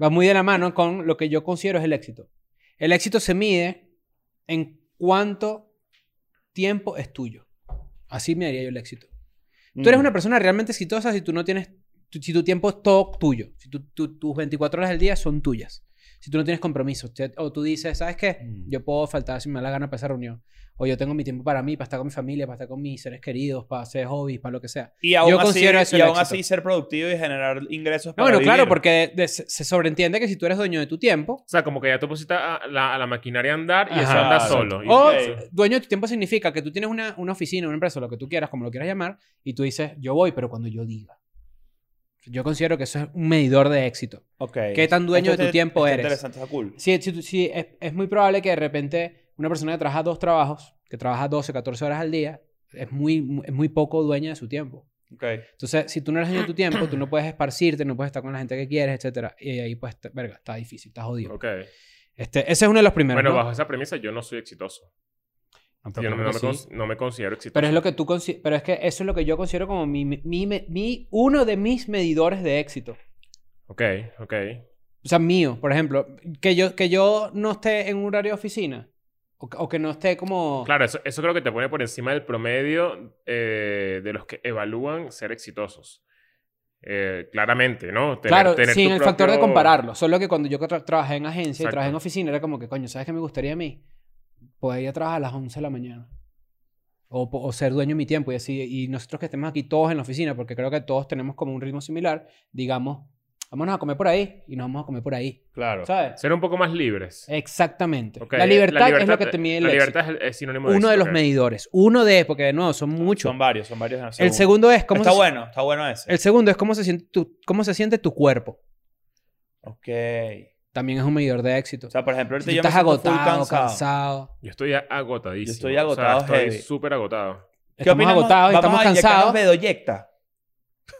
D: va muy de la mano con lo que yo considero es el éxito. El éxito se mide en cuánto tiempo es tuyo. Así me haría yo el éxito. Tú eres una persona realmente exitosa si tú no tienes, tu- si tu tiempo es todo tuyo, si tu- tu- tus 24 horas del día son tuyas. Si tú no tienes compromisos te- o tú dices, ¿sabes qué?
B: Mm.
D: Yo puedo faltar si me da la gana para esa reunión. O yo tengo mi tiempo para mí, para estar con mi familia, para estar con mis seres queridos, para hacer hobbies, para lo que sea.
C: Y aún,
D: Yo
C: así,
D: considero eso
C: y
D: el
C: aún
D: éxito.
C: así ser productivo y generar ingresos
D: No,
C: para
D: bueno, claro,
C: vivir.
D: porque de- de- se se sobreentiende que si tú eres dueño de tu tiempo,
B: O sea, como que ya tú pusiste a a la, a la maquinaria a andar y eso
D: Ajá,
B: anda
C: exacto.
B: solo. Y-
D: O
C: Ok.
D: dueño de tu tiempo significa que tú tienes una, una oficina, una empresa, lo que tú quieras, como lo quieras llamar, y tú dices, yo voy, pero cuando yo diga. Yo considero que eso es un medidor de éxito.
C: Ok.
D: ¿Qué tan
C: Esto
D: dueño de tu
C: está-
D: tiempo
C: está
D: eres?
C: interesante, está cool.
D: Sí, sí, tú- sí, es, es muy probable que de repente una persona que trabaja dos trabajos, que trabaja 12, 14 horas al día, es muy, mu- es muy poco dueña de su tiempo.
C: Ok.
D: Entonces, si tú no eres dueño de tu tiempo, tú no puedes esparcirte, no puedes estar con la gente que quieres, etcétera. Y ahí, pues, te- verga, está difícil, está jodido.
B: ok.
D: Este, ese es uno de los primeros.
B: Bueno,
D: ¿no?
B: bajo esa premisa yo no soy exitoso.
D: No, pero
B: Yo no,
D: creo
B: no
D: que
B: me,
D: sí.
B: cons- no me considero exitoso.
D: Pero es lo que tú consi- pero es que eso es lo que yo considero como mi, mi, mi- mi- uno de mis medidores de éxito.
B: Ok, ok.
D: O sea, mío, por ejemplo, que yo que yo no esté en un horario de oficina o, que- o que no esté como
B: Claro, eso, eso creo que te pone por encima del promedio eh, de los que evalúan ser exitosos. Eh, claramente, ¿no? Tener-
D: Claro,
B: tener
D: sin
B: tu
D: el factor de
B: propio-
D: compararlo, solo que cuando yo tra- trabajé en agencia y
B: Exacto.
D: trabajé en oficina era como que coño, ¿sabes qué me gustaría a mí? Poder ir a trabajar a las 11 de la mañana. O, po- o ser dueño de mi tiempo y así y nosotros que estemos aquí todos en la oficina porque creo que todos tenemos como un ritmo similar, digamos, vámonos a comer por ahí y nos vamos a comer por ahí,
B: Claro.
D: ¿sabes?
B: Ser un poco más libres.
D: Exactamente.
B: Ok,
D: La,
B: eh,
D: libertad es lo que te mide el
B: La
D: éxito.
B: libertad es, es sinónimo de
D: Uno de
B: éxito,
D: los
B: ok.
D: medidores. Uno de, porque de nuevo son muchos.
C: Son varios, son varios.
D: el segundo es cómo
C: Está
D: se,
C: bueno, está bueno ese.
D: El segundo es cómo se siente tu, cómo se siente tu cuerpo.
C: Ok.
D: También es un medidor de éxito.
C: O sea, por ejemplo, ahorita
D: si
C: yo
D: estás
C: me siento full
D: agotado, cansado.
C: cansado.
B: Yo estoy a- agotadísimo.
C: Yo estoy
B: O sea,
C: agotado heavy.
B: estoy súper agotado.
D: Estamos
C: opinamos?
D: agotados,
C: Vamos
D: estamos
C: a inyectarnos
D: cansados.
C: Bedoyecta.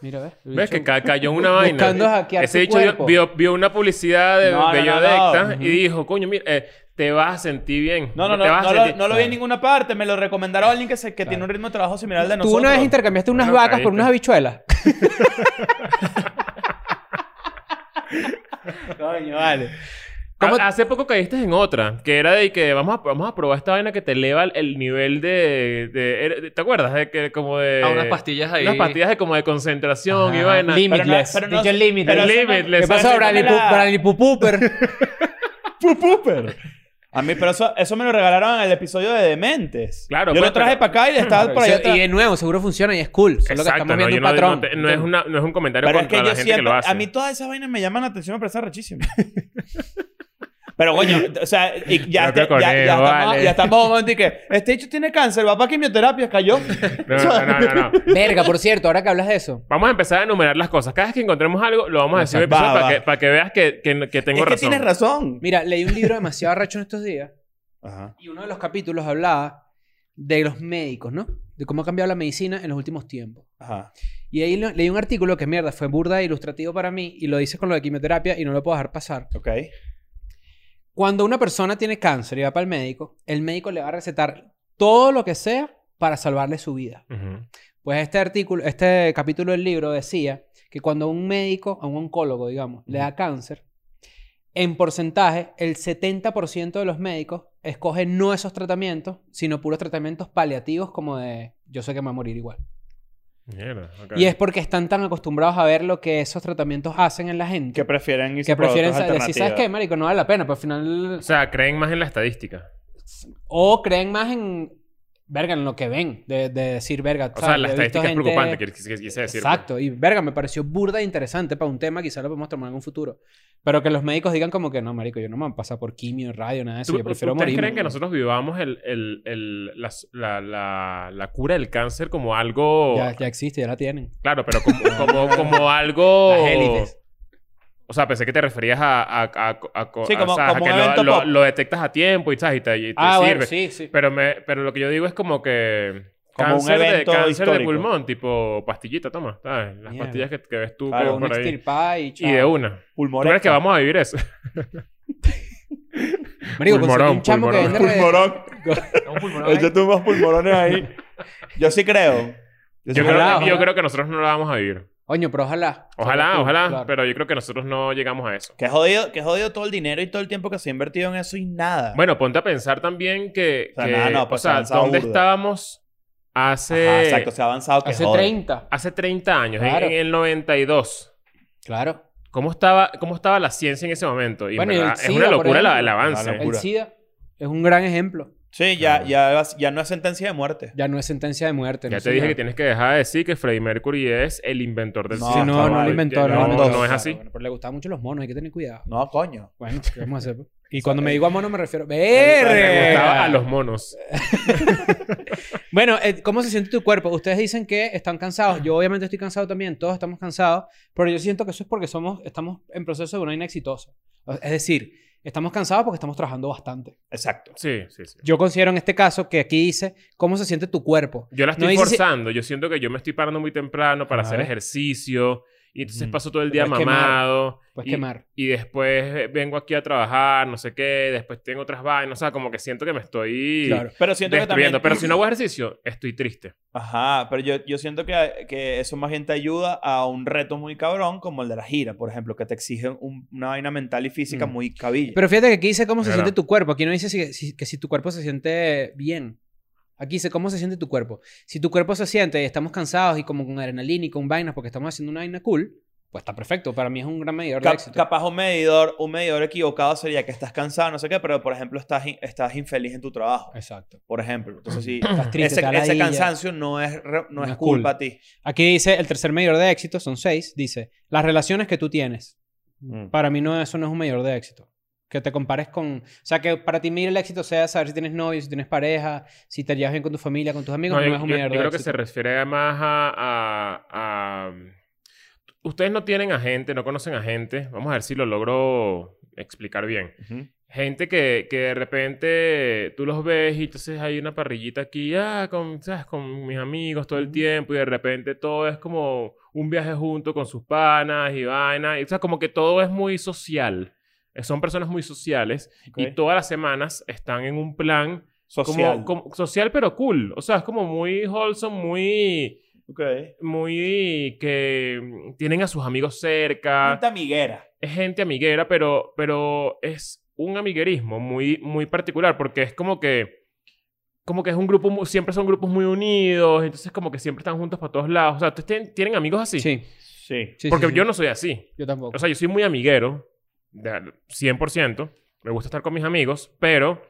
D: Mira, ves. El
B: ¿Ves
D: bicho
B: que ca- cayó en una vaina?
D: Buscando hackear
B: Ese
D: tu
B: dicho vio,
D: cuerpo.
B: vio- vio una publicidad de
C: No, no,
B: Bello
C: no,
B: de
C: no.
B: Ecta
D: Ujú.
B: y dijo, coño, mira, eh, te vas a sentir bien.
C: No, no, no,
B: Te
C: no,
B: vas a
C: lo,
B: sentir-
C: no lo vi en ninguna parte. Me lo recomendaron alguien que, se, que
D: Claro.
C: tiene un ritmo de trabajo similar al de
D: Tú
C: nosotros.
D: una vez intercambiaste unas
B: Bueno,
D: vacas por
B: caíste.
D: unas habichuelas.
C: Coño, vale.
D: ¿Cómo-
B: Ha- Ah, Hace poco caíste en otra, que era de que vamos a, vamos a probar esta vaina que te eleva el- el nivel de... de- de- ¿Te acuerdas? De que como de...
E: A Ah, unas
C: Eh,
E: pastillas ahí.
B: Unas pastillas de como de concentración y
D: Ajá,
B: vaina.
D: lim-
C: Pero no-
D: Limitless.
C: pero no-
D: Dicho limitless.
C: pero eso no-
B: Limitless.
D: ¿Qué
B: Eso
D: pasó,
B: es
D: Bradley
C: como
D: Pu-
C: la-
D: Bradley Pupuper?
B: Pupuper.
C: A mí, pero eso, eso me lo regalaron en el episodio de Dementes.
B: Claro,
C: Yo
B: pues,
C: lo traje
B: pero-
C: para acá y le estaba por allá. atrás.
D: Y de nuevo, seguro funciona y es cool. Solo que
B: Exacto,
D: estamos
B: no,
D: viendo
B: yo
D: un
B: no-
D: patrón.
B: No, te- no es una- no es un comentario
C: Pero es
B: contra
C: que
B: la
C: yo
B: gente
C: siempre,
B: que lo hace.
C: a mí todas esas vainas me llaman la atención, me parecen rechísimas. Pero coño, o sea, y ya,
B: No creo
C: este-
B: que con
C: ya, ya
B: él,
C: estamos,
B: vale.
C: ya estamos en un momento y que este hecho tiene cáncer, va para quimioterapia, cayó.
B: No, no, no, no, no.
D: Verga, por cierto, ahora que hablas de eso.
B: Vamos a empezar a enumerar las cosas. Cada vez que encontremos algo, lo vamos a decir en el
C: Va,
B: episodio
C: va.
B: para que, para que veas que, que- que tengo
C: es que
B: razón.
C: tienes razón.
D: Mira, leí un libro demasiado arrecho en estos días.
C: Ajá.
D: Y uno de los capítulos hablaba de los médicos, ¿no? De cómo ha cambiado la medicina en los últimos tiempos.
C: Ajá.
D: Y ahí lo- leí un artículo que, mierda, fue burda e ilustrativo para mí y lo dice con lo de quimioterapia y no lo puedo dejar pasar.
C: Ok.
D: Cuando una persona tiene cáncer y va para el médico, el médico le va a recetar todo lo que sea para salvarle su vida.
B: Ujú.
D: Pues este artículo, este capítulo del libro decía que cuando un médico, a un oncólogo, digamos, le da cáncer, en porcentaje, el 70% de los médicos escoge no esos tratamientos, sino puros tratamientos paliativos como de yo sé que me va a morir igual.
B: Mierda, ok.
D: Y es porque están tan acostumbrados a ver lo que esos tratamientos hacen en la gente
C: Que prefieren irse
D: que
C: por
D: prefieren
C: otras
D: sa- decir, ¿sabes qué,
C: alternativas.
D: marico? No vale la pena, pero al final...
B: O sea, creen más en la estadística.
D: O creen más en... Verga, en lo que ven. De, de decir, verga,
B: O sea, la
D: Yo he visto
B: estadística es
D: gente-
B: preocupante, que- que- que quise decir.
D: Exacto. Y verga, me pareció burda e interesante para un tema. Quizá lo podemos tomar en un futuro. Pero que los médicos digan como que no, marico, yo no me voy a pasar por quimio, radio, nada de eso.
B: ¿Tú-
D: Yo prefiero
B: ¿Ustedes
D: morir.
B: creen que nosotros vivamos el, el- el- la, la- la- la cura del cáncer como algo...
D: Ya, ya existe, ya la tienen.
B: Claro, pero como, como, como algo...
D: Las élites.
B: O sea, pensé que te referías a... a, a, a-
C: Sí,
B: a-
C: como-
B: o sea, a
C: como
B: que
C: un
B: lo-
C: evento
B: lo,
C: pop.
B: lo detectas a tiempo y, ¿sabes? y te, y te
D: Ah,
B: sirve.
D: bueno, sí, sí.
B: Pero, me, pero lo que yo digo es como que...
C: Como un
B: cáncer
C: evento
B: de, cáncer de
C: histórico.
B: pulmón, tipo pastillita, toma, ¿sabes? Las
D: Mierda.
B: pastillas que, que ves tú
C: Claro,
B: por-
D: Una
B: por ahí.
D: extirpada y chao.
B: Y de una. ¿Tú crees que
C: Pulmorecta.
B: vamos a vivir eso?
D: Marico, conseguí
B: Pulmorón,
D: un chamo que vende...
B: pulmorón.
D: redes-
E: Un
C: Pulmorón.
E: pulmón ahí.
C: Échate tuvo unos pulmorones ahí. Yo sí creo. sí
B: Yo creo,
D: Ojalá,
B: que- yo
D: ojalá.
B: creo que nosotros no lo vamos a vivir.
D: Coño, pero ojalá.
B: Ojalá,
D: Claro,
B: ojalá,
D: claro.
B: pero yo creo que nosotros no llegamos a eso.
C: Que jodido, que jodido todo el dinero y todo el tiempo que se ha invertido en eso y nada.
B: Bueno, ponte a pensar también que,
C: O sea,
B: que-
C: nada, no,
B: o
C: pues,
B: sea,
C: avanza
B: ¿dónde
C: burda.
B: estábamos hace,
C: Ajá, exacto, se ha avanzado que
D: Hace
C: jode.
D: 30.
B: hace 30 años? En-
D: Claro.
B: En, el 92.
D: Claro.
B: ¿Cómo estaba, ¿Cómo estaba la ciencia en ese momento? Y en
D: Bueno, y el
B: verdad, es
D: SIDA,
B: una
D: por
B: locura la- el
D: ejemplo.
B: avance.
C: Una
D: El
C: Locura.
D: SIDA es un gran ejemplo.
C: Sí, ya,
B: Claro.
C: ya, ya no es sentencia de muerte.
D: Ya no es sentencia de muerte.
B: Ya
D: no,
B: te dije
D: señor.
B: que tienes que dejar de decir que Freddie Mercury es el inventor del
C: No,
B: SIDA.
D: Sí, no, no
C: chaval,
D: lo inventó.
B: No,
C: no,
B: no,
C: no.
B: es así.
D: Bueno, pero le gustaban mucho los monos, hay que tener cuidado.
C: No, coño.
D: Bueno, ¿qué vamos a hacer? pues? Y cuando me digo a mono me refiero...
B: Le gustaba a
D: ¡Verga!
B: los monos.
D: Bueno, eh, ¿cómo se siente tu cuerpo? Ustedes dicen que están cansados. Yo obviamente estoy cansado también. Todos estamos cansados. Pero yo siento que eso es porque somos, estamos en proceso de una inexitosa. Es decir, estamos cansados porque estamos trabajando bastante.
C: Exacto.
B: Sí, sí, sí.
D: Yo considero en este caso que aquí dice cómo se siente tu cuerpo.
B: Yo la
D: No
B: estoy
D: dice si-
B: forzando. Yo siento que yo me estoy parando muy temprano para hacer
D: Ajá.
B: ejercicio. Y entonces
C: Ujú.
B: paso todo el
D: Mm. Te
B: día
D: puedes quemar.
B: mamado.
D: Puedes
B: y,
D: quemar.
B: y después eh, vengo aquí a trabajar, no sé qué. Después tengo otras vainas. O sea, como que siento que me estoy
D: Claro.
C: Pero siento que también...
B: destruyendo. Pero si no hago ejercicio, estoy triste.
C: Ajá, pero yo, yo siento que, que eso más bien te ayuda a un reto muy cabrón como el de la gira, por ejemplo, que te exige un- una vaina mental y física
D: Mm.
C: muy cabilla.
D: Pero fíjate que aquí dice cómo se
B: Claro.
D: siente tu cuerpo. Aquí no dice si- si- que si tu cuerpo se siente bien. Aquí dice cómo se siente tu cuerpo. Si tu cuerpo se siente y estamos cansados y como con adrenalina y con vainas porque estamos haciendo una vaina cool, pues está perfecto. Para mí es un gran medidor de
C: Cap-
D: éxito.
C: capaz un medidor, un medidor equivocado sería que estás cansado, no sé qué, pero por ejemplo estás, in- estás infeliz en tu trabajo,
D: Exacto.
C: por ejemplo. Entonces sí,
D: Estás triste,
C: ese,
D: te da
C: ese
D: ladilla.
C: cansancio no es, re- no
D: No
C: es
D: es cool.
C: culpa a ti.
D: Aquí dice el tercer medidor de éxito, son seis. Dice las relaciones que tú tienes.
C: Mm.
D: Para mí no, eso no es un medidor de éxito. Que te compares con... O sea, que para ti medir el éxito sea saber si tienes novio, si tienes pareja, si te llevas bien con tu familia, con tus amigos,
B: No,
D: no,
B: yo,
D: es un
B: yo-
D: medidor
B: yo
D: de
B: creo que
D: éxito.
B: se refiere más a, a- a- Ustedes no tienen a gente, no conocen a gente. Vamos a ver si lo logro explicar bien.
C: Ujú.
B: Gente que, que de repente tú los ves y entonces hay una parrillita aquí, ah, con, ¿sabes? con mis amigos todo el tiempo y de repente todo es como un viaje junto con sus panas y vainas. Y, o sea, como que todo es muy social. Eh, Son personas muy sociales y
C: Ok.
B: todas las semanas están en un plan
C: Social.
B: como, como- social pero cool. O sea, es como muy wholesome, muy...
C: Ok.
B: Muy que mm, tienen a sus amigos cerca.
C: Gente amiguera.
B: Es gente amiguera, pero, pero es un amiguerismo muy, muy particular porque es como que... Como que es un grupo, mu- siempre son grupos muy unidos, entonces como que siempre están juntos para todos lados. O sea, ustedes tienen, tienen amigos así.
D: Sí,
C: Sí.
D: sí,
B: porque
D: sí, sí.
B: yo no soy así.
D: Yo tampoco.
B: O sea, yo soy muy amiguero, de- 100%. Me gusta estar con mis amigos, pero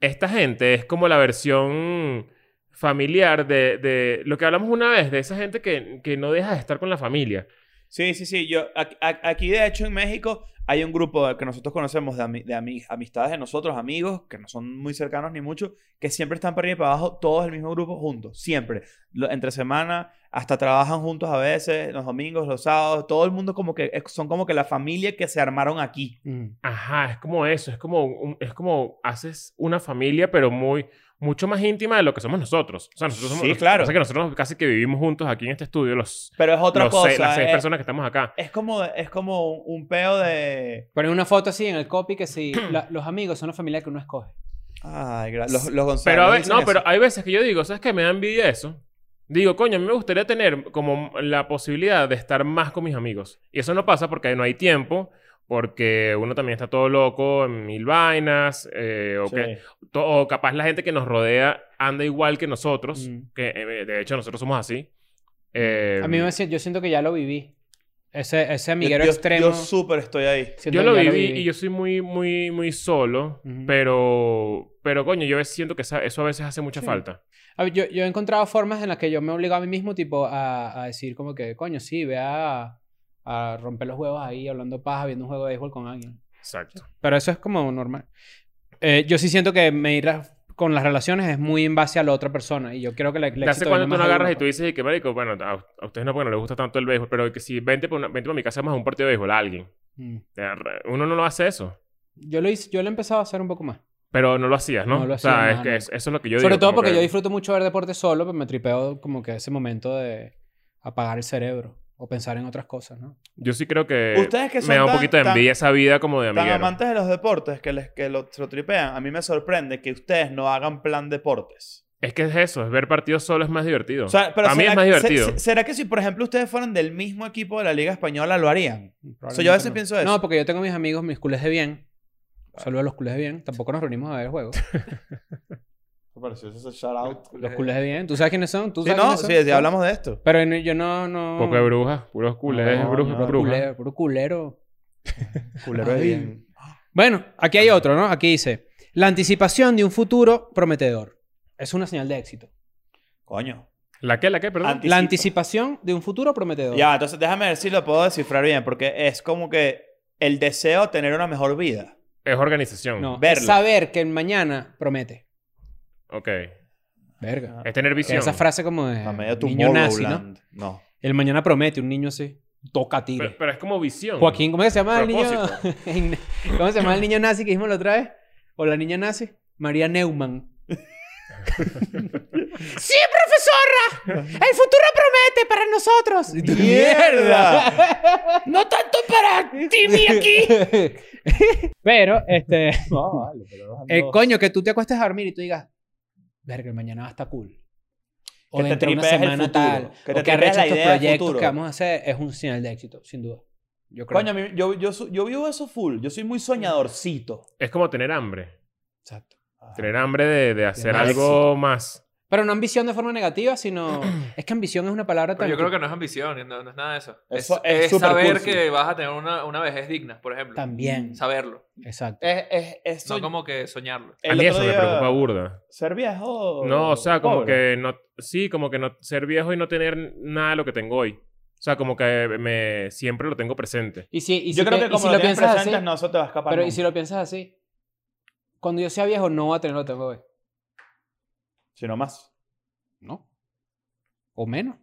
B: esta gente es como la versión familiar de, de lo que hablamos una vez, de esa gente que, que no deja de estar con la familia.
C: Sí, sí, sí. Yo, ac- ac- aquí, de hecho, en México hay un grupo que nosotros conocemos de, ami- de ami- amistades de nosotros, amigos, que no son muy cercanos ni mucho, que siempre están para arriba y para abajo, todos el mismo grupo juntos, siempre. Lo- entre semana, hasta trabajan juntos a veces, los domingos, los sábados, todo el mundo como que es- son como que la familia que se armaron aquí.
D: Mm.
B: Ajá, es como eso, es como, un- es como haces una familia, pero muy, mucho más íntima de lo que somos nosotros. O sea, nosotros somos...
C: Sí, claro.
B: O sea, que nosotros casi que vivimos juntos aquí en este estudio, los,
C: Pero es otra
B: los
C: cosa.
B: seis- las seis
C: es,
B: personas que estamos acá.
C: es como, es como un, un peo de.
D: Ponen una foto así en el copy que si la- los amigos son la familia que uno escoge.
C: Ay, gra- los, los González.
B: Pero, a ve-
C: dicen
B: no,
C: eso.
B: pero ah, hay veces que yo digo, ¿sabes qué? Me da envidia eso. Digo, coño, a mí me gustaría tener como la posibilidad de estar más con mis amigos. Y eso no pasa porque no hay tiempo, porque uno también está todo loco en mil vainas, eh, o,
C: Sí.
B: que- to- o capaz la gente que nos rodea anda igual que nosotros,
D: Mm.
B: que eh, de hecho nosotros somos así. Eh,
D: A mí me, si- yo siento que ya lo viví. Ese,
C: Yo-
D: ese amiguero
C: yo-
D: extremo.
C: Yo súper estoy ahí.
D: siento
B: yo
D: que
B: lo
D: ya
B: viví, y yo soy muy, muy, muy solo,
D: Ujú.
B: pero, pero coño, yo siento que esa- eso a veces hace mucha
D: Sí.
B: falta.
D: A ver, yo, yo he encontrado formas en las que yo me he obligado a mí mismo, tipo, a, a decir como que, coño, sí, ve a, a romper los huevos ahí, hablando paja, viendo un juego de béisbol con alguien.
B: Exacto.
D: Pero eso es como normal. Eh, yo sí siento que me ir a- con las relaciones es muy en base a la otra persona. Y yo creo que la, el
B: ¿De
D: éxito
B: hace
D: viene
B: cuando tú
D: más
B: no
D: de
B: agarras
D: uno,
B: y tú
D: pues.
B: dices que, marico, bueno, a, a ustedes no porque no les gusta tanto el béisbol, pero que si vente para vente pa mi casa vamos a un partido de béisbol a alguien.
D: Mm.
B: Eh, re- Uno no lo hace eso.
D: Yo lo, hice, yo lo he empezado a hacer un poco más.
B: Pero no lo hacías, ¿no?
D: No lo
B: o sea,
D: hacía,
B: es
D: no,
B: que
D: no.
B: es- eso es lo que yo digo.
D: Sobre todo
B: como
D: porque
B: que-
D: yo disfruto mucho ver deporte solo, pero me tripeo como que ese momento de apagar el cerebro o pensar en otras cosas, ¿no?
B: Yo sí creo que,
C: Ustedes que
B: Eh, me
C: son
B: da un
C: tan-
B: poquito de
C: tan-
B: envidia esa vida como de
C: Tan
B: amiguero.
C: amantes de los deportes que, les, que lo, se lo tripean, a mí me sorprende que ustedes no hagan plan deportes.
B: Es que es eso, es ver partidos solo es más divertido.
C: O sea, pero
B: para mí
C: será-
B: es más
C: se-
B: divertido.
C: se- ¿Será que si, por ejemplo, ustedes fueran del mismo equipo de la Liga Española, lo harían?
D: Probablemente
C: yo a veces
D: no.
C: pienso eso.
D: No, porque yo tengo mis amigos, mis culés de bien. Saludos a los culés de bien. Tampoco nos reunimos a ver juegos.
C: Me pareció ese shout out.
D: Los culés de bien. ¿Tú sabes quiénes son? ¿Tú
C: Sí,
D: sabes
C: no,
D: quiénes
C: sí,
D: son?
C: sí, hablamos de esto.
D: Pero no- yo no... no...
B: Poco de brujas, puros culés,
C: No,
B: brujas,
C: no,
B: brujas.
D: culero, puro culero.
C: Culero de
D: Ay.
C: bien.
D: Bueno, aquí hay otro, ¿no? Aquí dice, la anticipación de un futuro prometedor es una señal de éxito.
C: Coño.
B: ¿La qué? ¿La qué? Perdón.
C: Anti-
D: La
C: Anticipa.
D: anticipación de un futuro prometedor.
C: Ya, entonces déjame ver si lo puedo descifrar bien, porque es como que el deseo de tener una mejor vida.
B: Es organización.
D: No,
C: Verlo.
D: es saber que el mañana promete.
B: Ok.
D: Verga.
B: Es tener visión.
D: Esa frase como de
C: A medio
D: Eh, niño nazi, ¿no?
C: Tomorrowland. No.
D: El mañana promete, un niño así, toca tiro.
B: Pero, pero es como visión.
D: Joaquín, ¿cómo que se llama el niño?
B: Propósito.
D: ¿Cómo se llama el niño nazi que dijimos la otra vez? ¿O la niña nazi? María Neumann. ¡Sí, profesora! ¡El futuro promete para nosotros! Y tú,
C: ¡Mierda!
D: ¡No tanto para ti ni aquí! Pero, este...
C: No, vale, pero.
D: eh, coño, que tú te acuestes a dormir y tú digas... Verga, mañana va a estar cool. O
C: Que te
D: dentro de una
C: tripees el
D: semana
C: futuro.
D: tal.
C: Que
D: Que
C: te
D: o que
C: tripees la
D: arrecha estos
C: idea del
D: proyectos
C: futuro.
D: que vamos a hacer. Es un señal de éxito, sin duda. Yo creo.
C: Coño, a mí- yo, yo, su- yo vivo eso full. Yo soy muy soñadorcito.
B: Es como tener hambre.
D: Exacto.
B: Tener hambre de, de hacer
D: más
B: algo más.
D: Pero no ambición de forma negativa, sino... es que ambición es una palabra tan...
E: Pero yo creo que no es ambición, no, no es nada de eso.
C: Eso es
E: es es
C: súper
E: saber
C: cursi.
E: que vas a tener una, una vejez digna, por ejemplo.
D: También.
E: Saberlo.
D: Exacto.
C: Es, es, es
E: No
C: soñ-
E: como que soñarlo.
B: A
C: el
B: mí
C: otro
B: eso me
C: día-
B: preocupa burda.
C: Ser viejo.
B: No, o sea, como
C: pobre.
B: que no... Sí, como que no ser viejo y no tener nada de lo que tengo hoy. O sea, como que me siempre lo tengo presente.
D: Y si, y
C: Yo
D: si
C: creo
D: te-
C: que
D: y
C: como
D: si
C: lo,
D: lo
C: tienes
D: piensas
C: presente,
D: así...
C: no, eso te va a escapar.
D: Pero y
C: nunca.
D: si lo piensas así... Cuando yo sea viejo, no voy a tener lo que tengo hoy.
C: Si no más.
D: ¿No? O menos.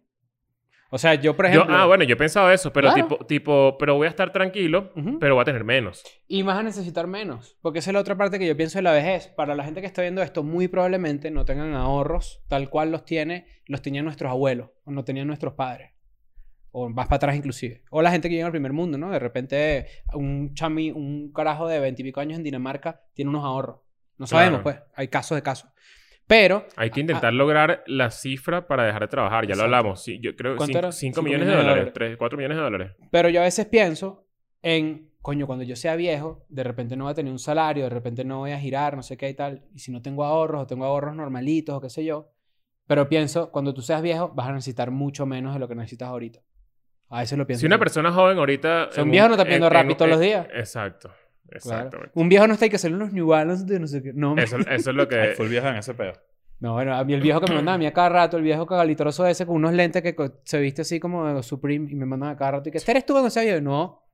D: O sea, yo, por
B: Yo,
D: ejemplo...
B: ah, bueno, yo he pensado eso, pero
D: Claro.
B: tipo, tipo, pero voy a estar tranquilo,
D: Ujú.
B: pero voy a tener menos.
D: Y vas a necesitar menos. Porque esa es la otra parte que yo pienso de la vejez. Para la gente que está viendo esto, muy probablemente no tengan ahorros tal cual los tiene, los tenían nuestros abuelos o no tenían nuestros padres. O vas para atrás inclusive. O la gente que llega al primer mundo, ¿no? De repente un chami, un carajo de veintipico años en Dinamarca tiene unos ahorros. No sabemos,
B: Claro.
D: pues. Hay casos de casos. Pero...
B: Hay que
D: Ah,
B: intentar lograr la cifra para dejar de trabajar. Ya lo
D: Exacto.
B: hablamos. Sí, yo creo que
D: ¿Cuánto era?
B: 5 millones de dólares. 4 millones de dólares.
D: Pero yo a veces pienso en, coño, cuando yo sea viejo, de repente no voy a tener un salario, de repente no voy a girar, no sé qué y tal. Y si no tengo ahorros, o tengo ahorros normalitos, o qué sé yo. Pero pienso, cuando tú seas viejo, vas a necesitar mucho menos de lo que necesitas ahorita. A veces lo pienso.
B: Si una
D: yo.
B: persona joven ahorita...
D: Si
B: en
D: un
B: un-
D: viejo no está pidiendo
B: en- en-
D: Rappi todos los
B: en-
D: días.
B: Exacto.
D: Claro.
B: Exactamente.
D: Un viejo no está hay que hacer unos New Balance de no sé qué. No,
B: Eso, eso es lo que...
C: full viejo en ese pedo.
D: no bueno, a mí el viejo que me mandaba a mí a cada rato, el viejo cagalitroso ese con unos lentes que co- se viste así como de Supreme y me mandan a cada rato y que, "¿Este ¿eres tú cuando seas viejo? No,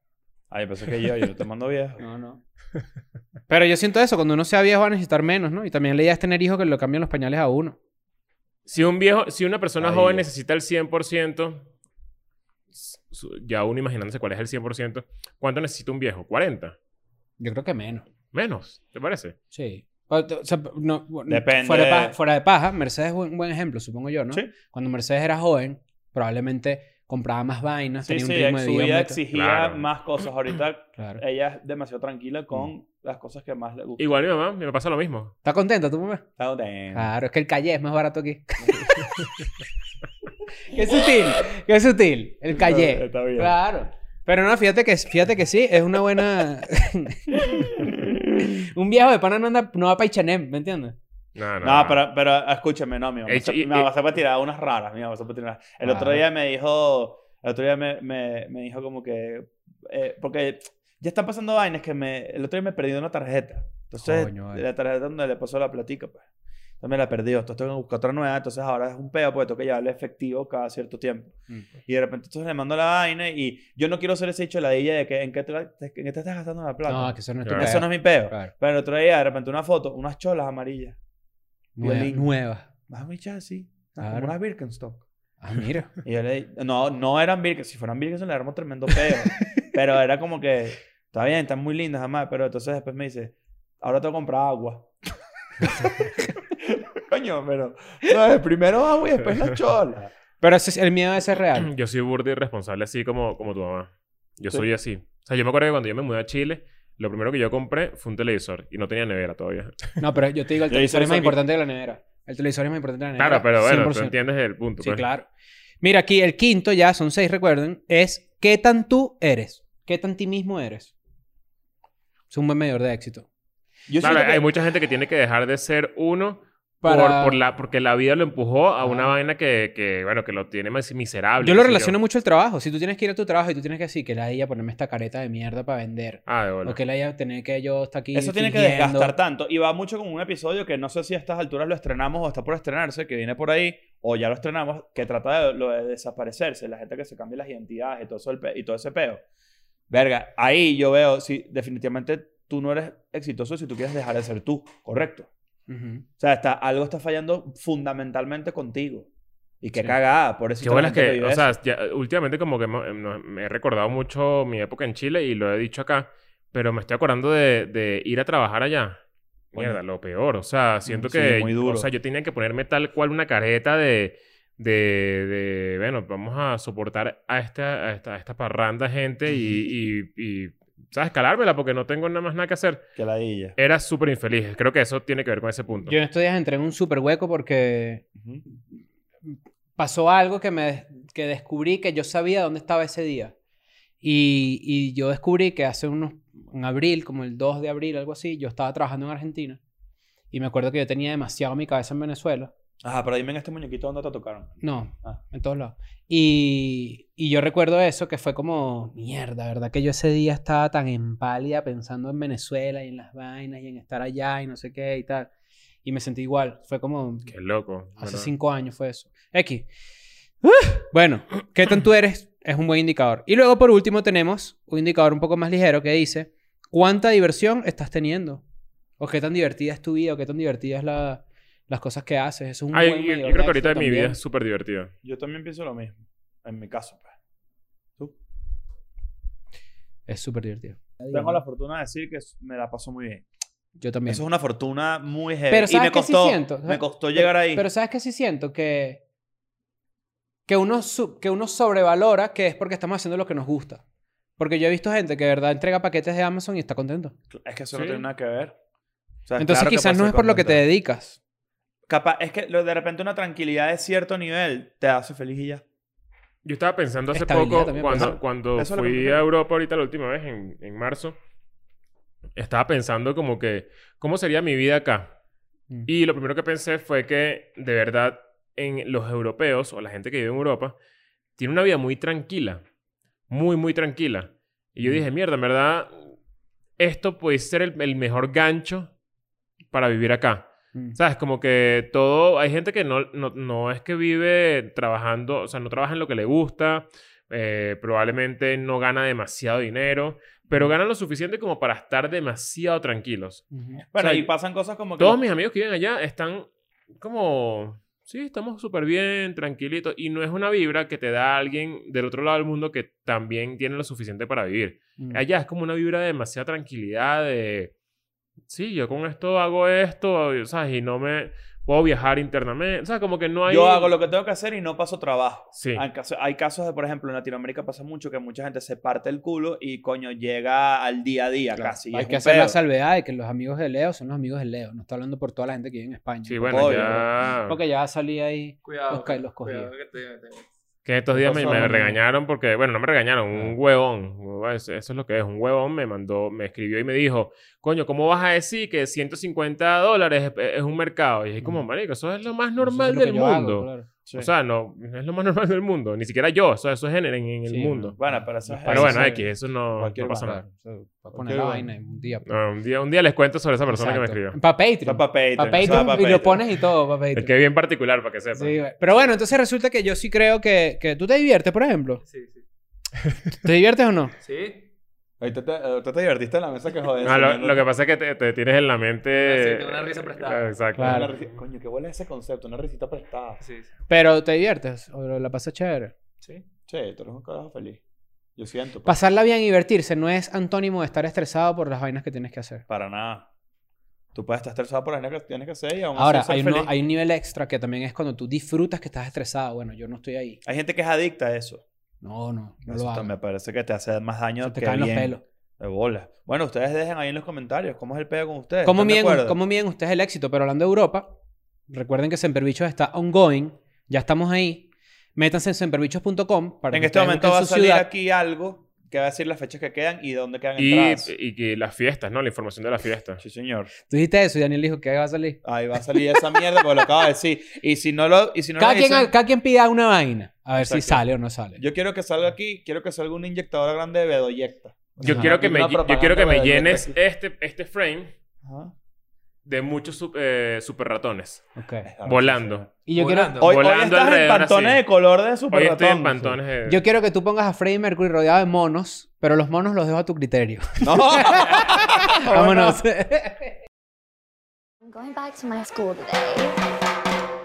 C: Ay, pensé que yo, yo te mando viejo.
D: No, no. Pero yo siento eso, cuando uno sea viejo va a necesitar menos, ¿no? Y también la idea es tener hijos que lo cambian los pañales a uno.
B: Si un viejo... Si una persona
C: Ay,
B: joven
C: Dios.
B: necesita el 100%... su- Ya uno imaginándose cuál es el 100%. ¿Cuánto necesita un viejo? ¿40?
D: Yo creo que menos.
B: Menos. ¿Te parece?
D: Sí. O o sea, no, bueno,
C: Depende.
D: Fuera de, paja, fuera de paja, Mercedes es un buen ejemplo, supongo yo, ¿no?
C: Sí.
D: Cuando Mercedes era joven, probablemente compraba más vainas,
C: Sí,
D: tenía
C: sí,
D: un ritmo de
C: su
D: vida.
C: vida
D: meta-
C: exigía
B: Claro.
C: más cosas. Ahorita
D: Claro.
C: ella es demasiado tranquila con
B: Mm.
C: las cosas que más le gustan.
B: Igual mi mamá. Me pasa lo mismo.
D: ¿Está contenta tu mamá?
C: Está bien.
D: Claro, es que el calle es más barato aquí. qué sutil, qué sutil. El calle.
C: Está bien.
D: Claro. Pero no, fíjate que, fíjate que sí, es una buena. un viejo de pana no, anda, no va para Ichanem, ¿me entiendes?
B: No, no.
C: No, pero, pero escúchame, no, mi mamá.
B: Ey,
C: se-
B: y-
C: mi mamá
B: y-
C: se puede tirar unas raras. Mi mamá se puede tirar. El otro
D: Claro.
C: día me dijo. El otro día me, me, me dijo como que. eh, porque ya están pasando vainas que me. El otro día me perdió una tarjeta. Entonces,
D: Coño, vale.
C: la tarjeta donde le pasó la platica, pues. Entonces me la perdió. Entonces tengo que buscar otra nueva. Entonces ahora es un peo porque tengo que llevarle efectivo cada cierto tiempo. Y de repente entonces le mando la vaina y yo no quiero ser ese hecho ladilla de que en qué te, la- te- en qué te estás gastando la plata.
D: No, que eso no es tu
B: Claro.
C: Eso no es mi peo.
D: Claro.
C: Pero el otro día de repente una foto, unas cholas amarillas.
D: Nueva.
C: Violín.
D: nueva.
C: Más Ah, muy así. Como
D: Claro.
C: unas Birkenstock.
D: Ah, mira.
C: Y yo le no, no eran Birkenstock. Si fueran Birkenstock, le un tremendo peo. pero era como que, está bien, están muy lindas, jamás. Pero entonces después me dice, ahora te voy a comprar agua. Coño, pero. no, primero agua y después la chola.
D: Pero ese es- el miedo ese es real.
B: Yo soy burda y responsable así como, como tu mamá. Yo soy así. O sea, yo me acuerdo que cuando yo me mudé a Chile, lo primero que yo compré fue un televisor y no tenía nevera todavía.
D: No, pero yo te digo, el
C: Yo hice
D: televisor es
C: eso aquí.
D: más importante que la nevera. El televisor es más importante que la nevera.
B: Claro, pero bueno, tú
D: 100%.
B: entiendes el punto.
D: Sí,
B: pues.
D: claro. Mira, aquí el quinto, ya son seis, recuerden, es ¿qué tan tú eres? ¿Qué tan ti mismo eres? Es un buen medidor de éxito.
C: Yo
B: Claro,
C: siento que-
B: hay mucha gente que tiene que dejar de ser uno
D: para-
B: Por, por la, porque la vida lo empujó a una vaina que, que, bueno, que lo tiene más miserable.
D: Yo
B: qué
D: lo
B: sé
D: relaciono mucho al trabajo. Si tú tienes que ir a tu trabajo y tú tienes que decir que la IA ponerme esta careta de mierda para vender.
B: Ah, de bola.
D: O que la IA tener que yo estar aquí.
C: Eso tiene que
D: fingiendo.
C: desgastar tanto. Y va mucho con un episodio que no sé si a estas alturas lo estrenamos o está por estrenarse, que viene por ahí, o ya lo estrenamos, que trata de lo de desaparecerse, la gente que se cambia las identidades y todo, eso el pe- y todo ese peo. Verga, ahí yo veo, si definitivamente tú no eres exitoso si tú quieres dejar de ser tú, correcto.
D: Ujú.
C: O sea, está, algo está fallando fundamentalmente contigo. Y qué
D: Sí.
C: cagada, por eso.
B: Qué
C: tanta
B: bueno es
C: gente
B: que,
C: vive
B: o
C: eso.
B: sea, ya, últimamente como que hemos- hemos- me, he recordado mucho mi época en Chile y lo he dicho acá, pero me estoy acordando de, de ir a trabajar allá.
C: Coño.
B: Mierda, lo peor. O
D: Mm,
B: sea, siento
C: sí,
B: que,
C: muy duro.
B: o sea, yo tenía que ponerme tal cual una careta de, de, de, bueno, vamos a soportar a esta, a esta, a esta parranda gente y, y, y, ¿sabes? Calármela porque no tengo nada más nada que hacer.
C: Que la dilla.
B: Era súper infeliz. Creo que eso tiene que ver con ese punto.
D: Yo en estos días entré en un super hueco porque pasó algo que me des- que descubrí que yo sabía dónde estaba ese día. Y, y yo descubrí que hace unos, en abril, como el 2 de abril, algo así, yo estaba trabajando en Argentina. Y me acuerdo que yo tenía demasiado mi cabeza en Venezuela.
C: Ajá, pero dime en este muñequito dónde te tocaron.
D: No,
C: Ah.
D: en todos lados. Y, y yo recuerdo eso, que fue como, mierda, ¿verdad? Que yo ese día estaba tan en pálida pensando en Venezuela y en las vainas y en estar allá y no sé qué y tal. Y me sentí igual. Fue como,
B: Qué loco.
D: hace
B: ¿verdad?
D: cinco años fue eso. X. ¡Ah! Bueno, ¿qué tan tú eres? Es un buen indicador. Y luego, por último, tenemos un indicador un poco más ligero que dice, ¿cuánta diversión estás teniendo? ¿O qué tan divertida es tu vida? ¿O qué tan divertidas la- las cosas que haces? Eso es un
B: Ay,
D: buen
B: yo- yo,
D: medidor
B: creo
D: de
B: que ahorita
D: éxito
B: mi vida
D: también.
B: es súper divertida.
C: Yo también pienso lo mismo. En mi caso, pues.
D: Es súper divertido.
C: Tengo la fortuna de decir que me la paso muy bien.
D: Yo también.
C: Eso es una fortuna muy heavy.
D: Pero
C: y me
D: ¿sabes qué sí
C: costó,
D: siento?
C: me costó
D: Pero-
C: llegar ahí.
D: Pero ¿sabes qué sí siento? Que, que, uno sub- que uno sobrevalora que es porque estamos haciendo lo que nos gusta. Porque yo he visto gente que de verdad entrega paquetes de Amazon y está contento.
C: es que eso
B: Sí.
C: no tiene nada que ver. O sea,
D: Entonces
C: claro que
D: quizás no
C: pasé
D: es por lo que te
C: contento.
D: dedicas.
C: Capaz, es que lo- de repente una tranquilidad de cierto nivel te hace feliz y ya.
B: Yo estaba pensando hace
D: Estabilidad
B: poco,
D: también,
B: cuando,
D: pues.
B: cuando
C: Eso es lo que me
B: fui
C: refiero.
B: a Europa ahorita la última vez, en, en marzo, estaba pensando como que, ¿cómo sería mi vida acá?
D: Mm.
B: Y lo primero que pensé fue que, de verdad, en los europeos o la gente que vive en Europa, tiene una vida muy tranquila, muy, muy tranquila. Y yo dije, mierda, en verdad, esto puede ser el, el mejor gancho para vivir acá.
D: Mm.
B: ¿Sabes? Como que todo. Hay gente que no, no, no es que vive trabajando, o sea, no trabaja en lo que le gusta, eh, probablemente no gana demasiado dinero, pero gana lo suficiente como para estar demasiado tranquilos.
D: Ujú.
C: Bueno,
B: O sea,
C: y pasan cosas como que.
B: Todos mis amigos que viven allá están como. Sí, estamos súper bien, tranquilitos. Y no es una vibra que te da alguien del otro lado del mundo que también tiene lo suficiente para vivir.
D: Mm.
B: Allá es como una vibra de demasiada tranquilidad, de... Sí, yo con esto hago esto, ¿sabes? Y no me... Puedo viajar internamente. O sea, como que no hay...
C: Yo hago lo que Ah, tengo que hacer y no paso trabajo.
B: Sí.
C: Hay caso- hay casos de, por ejemplo, en Latinoamérica pasa mucho que mucha gente se parte el culo y coño llega al día a día
D: Claro.
C: casi. y
D: Hay
C: es
D: que
C: un
D: hacer la
C: pedo.
D: salvedad de que los amigos de Leo son los amigos de Leo. No está hablando por toda la gente que vive en España.
B: Sí, bueno,
C: Obvio,
B: ya...
D: Porque ya salí ahí.
E: Cuidado.
D: Los ca- los cogí.
E: cuidado que te- te-
B: Que estos días me,
C: Entonces,
B: me
C: um,
B: regañaron porque... Bueno, no me regañaron. Un huevón. Eso eso es lo que es. Un huevón me mandó... Me escribió y me dijo... Coño, ¿cómo vas a decir que 150 dólares es, es un mercado? Y dije como,
D: Mm.
B: marico, eso es lo más
D: Eso es
B: normal
D: lo que
B: del
D: yo hago,
B: mundo.
D: claro.
C: Sí.
B: O sea, no... no Es lo más normal del mundo. Ni siquiera yo. O sea, eso es en, en- en el
D: Sí,
B: mundo.
D: no.
C: bueno, pero eso es.
B: Pero bueno,
C: eso es-
B: X. Eso no,
C: cualquier
B: no pasa nada.
D: Claro, o sea, va a poner
C: Ok,
D: la
C: bueno.
D: vaina en un día.
B: No, un, día, un día les cuento sobre esa persona
D: Exacto.
B: que me escribió.
D: Pa'
C: eso es
D: Patreon.
C: pa' Patreon,
D: Pa'
C: eso es
D: Patreon
C: pa'
D: y lo
C: Patreon.
D: pones y todo, pa'
B: Es
D: Patreon.
B: que es bien particular para que sepan.
D: Sí, güey. pero bueno, entonces resulta que yo sí creo que, que tú te diviertes, por ejemplo.
E: Sí, sí.
D: ¿Te diviertes o no?
E: ¿Sí?
C: Ahorita te, ahorita te divertiste en la mesa que joder.
B: No, Ah, lo,
C: enseñando-
B: lo que pasa es que te, te tienes en la mente.
E: Ah,
B: Ah,
E: Sí, tengo una risa prestada.
B: Exacto.
D: Claro.
C: Una risi- Coño, qué bola ese concepto, una risita prestada.
E: Sí, sí.
D: Pero te diviertes, o la pasas chévere.
E: ¿Sí?
C: Che, tú eres un carajo feliz. Yo siento. pues.
D: Pasarla bien y divertirse no es antónimo de estar estresado por las vainas que tienes que hacer.
C: Para nada. Tú puedes estar estresado por las vainas que tienes que hacer y aún
D: Ahora,
C: así ser
D: hay, uno-
C: feliz. hay...
D: hay un nivel extra que también es cuando tú disfrutas que estás estresado. Bueno, yo no estoy ahí.
C: gente que es adicta a eso.
D: No, no, no
C: Eso
D: lo
C: ta-
D: hago.
C: me parece que te hace más daño
D: Se te
C: que
D: caen
C: bien. Eh,
D: los pelos.
C: De bola. Bueno, ustedes dejen ahí en los comentarios cómo es el pedo con ustedes.
D: ¿Cómo
C: ¿Están de
D: miden,
C: acuerdo?
D: ¿Cómo miden ustedes el éxito? Pero hablando de Europa, recuerden que Semperbichos está ongoing. Ya estamos ahí. Métanse en semperbichos.com para
C: En
D: que
C: este
D: ustedes
C: momento
D: busquen
C: va a
D: su
C: salir
D: ciudad.
C: aquí algo qué va a decir las fechas que quedan y de dónde quedan
B: Y,
C: entradas.
B: y que las fiestas, ¿no? La información de las fiestas.
C: Sí, señor.
D: Tú dijiste eso y Daniel dijo que va a salir.
C: Ahí va a salir esa mierda porque lo acabo de decir. Y si no lo, y si no lo
D: Cada quien,
C: dicen,
D: cada quien pida una vaina. A ver si
B: Exacto.
D: sale o no sale.
C: yo quiero que salga aquí, quiero que salga una inyectadora grande de Bedoyecta.
B: Yo
D: Ajá.
B: quiero que me,
C: Una
B: yo quiero que me
C: propaganda de-
B: llenes este, este frame
C: Ajá.
B: de muchos su- eh, super ratones
D: Ok.
B: volando.
D: Y yo quiero,
E: Volando.
C: Hoy, hoy
B: Volando
C: estás en
B: alrededor,
C: pantones
B: así.
C: de color de super
B: Hoy estoy en
C: ratón.
B: este pantones. de-
D: yo quiero que tú pongas a Freddie Mercury rodeado de monos, pero los monos los dejo a tu criterio.
C: No.
D: Vámonos.
A: I'm going back to my school today.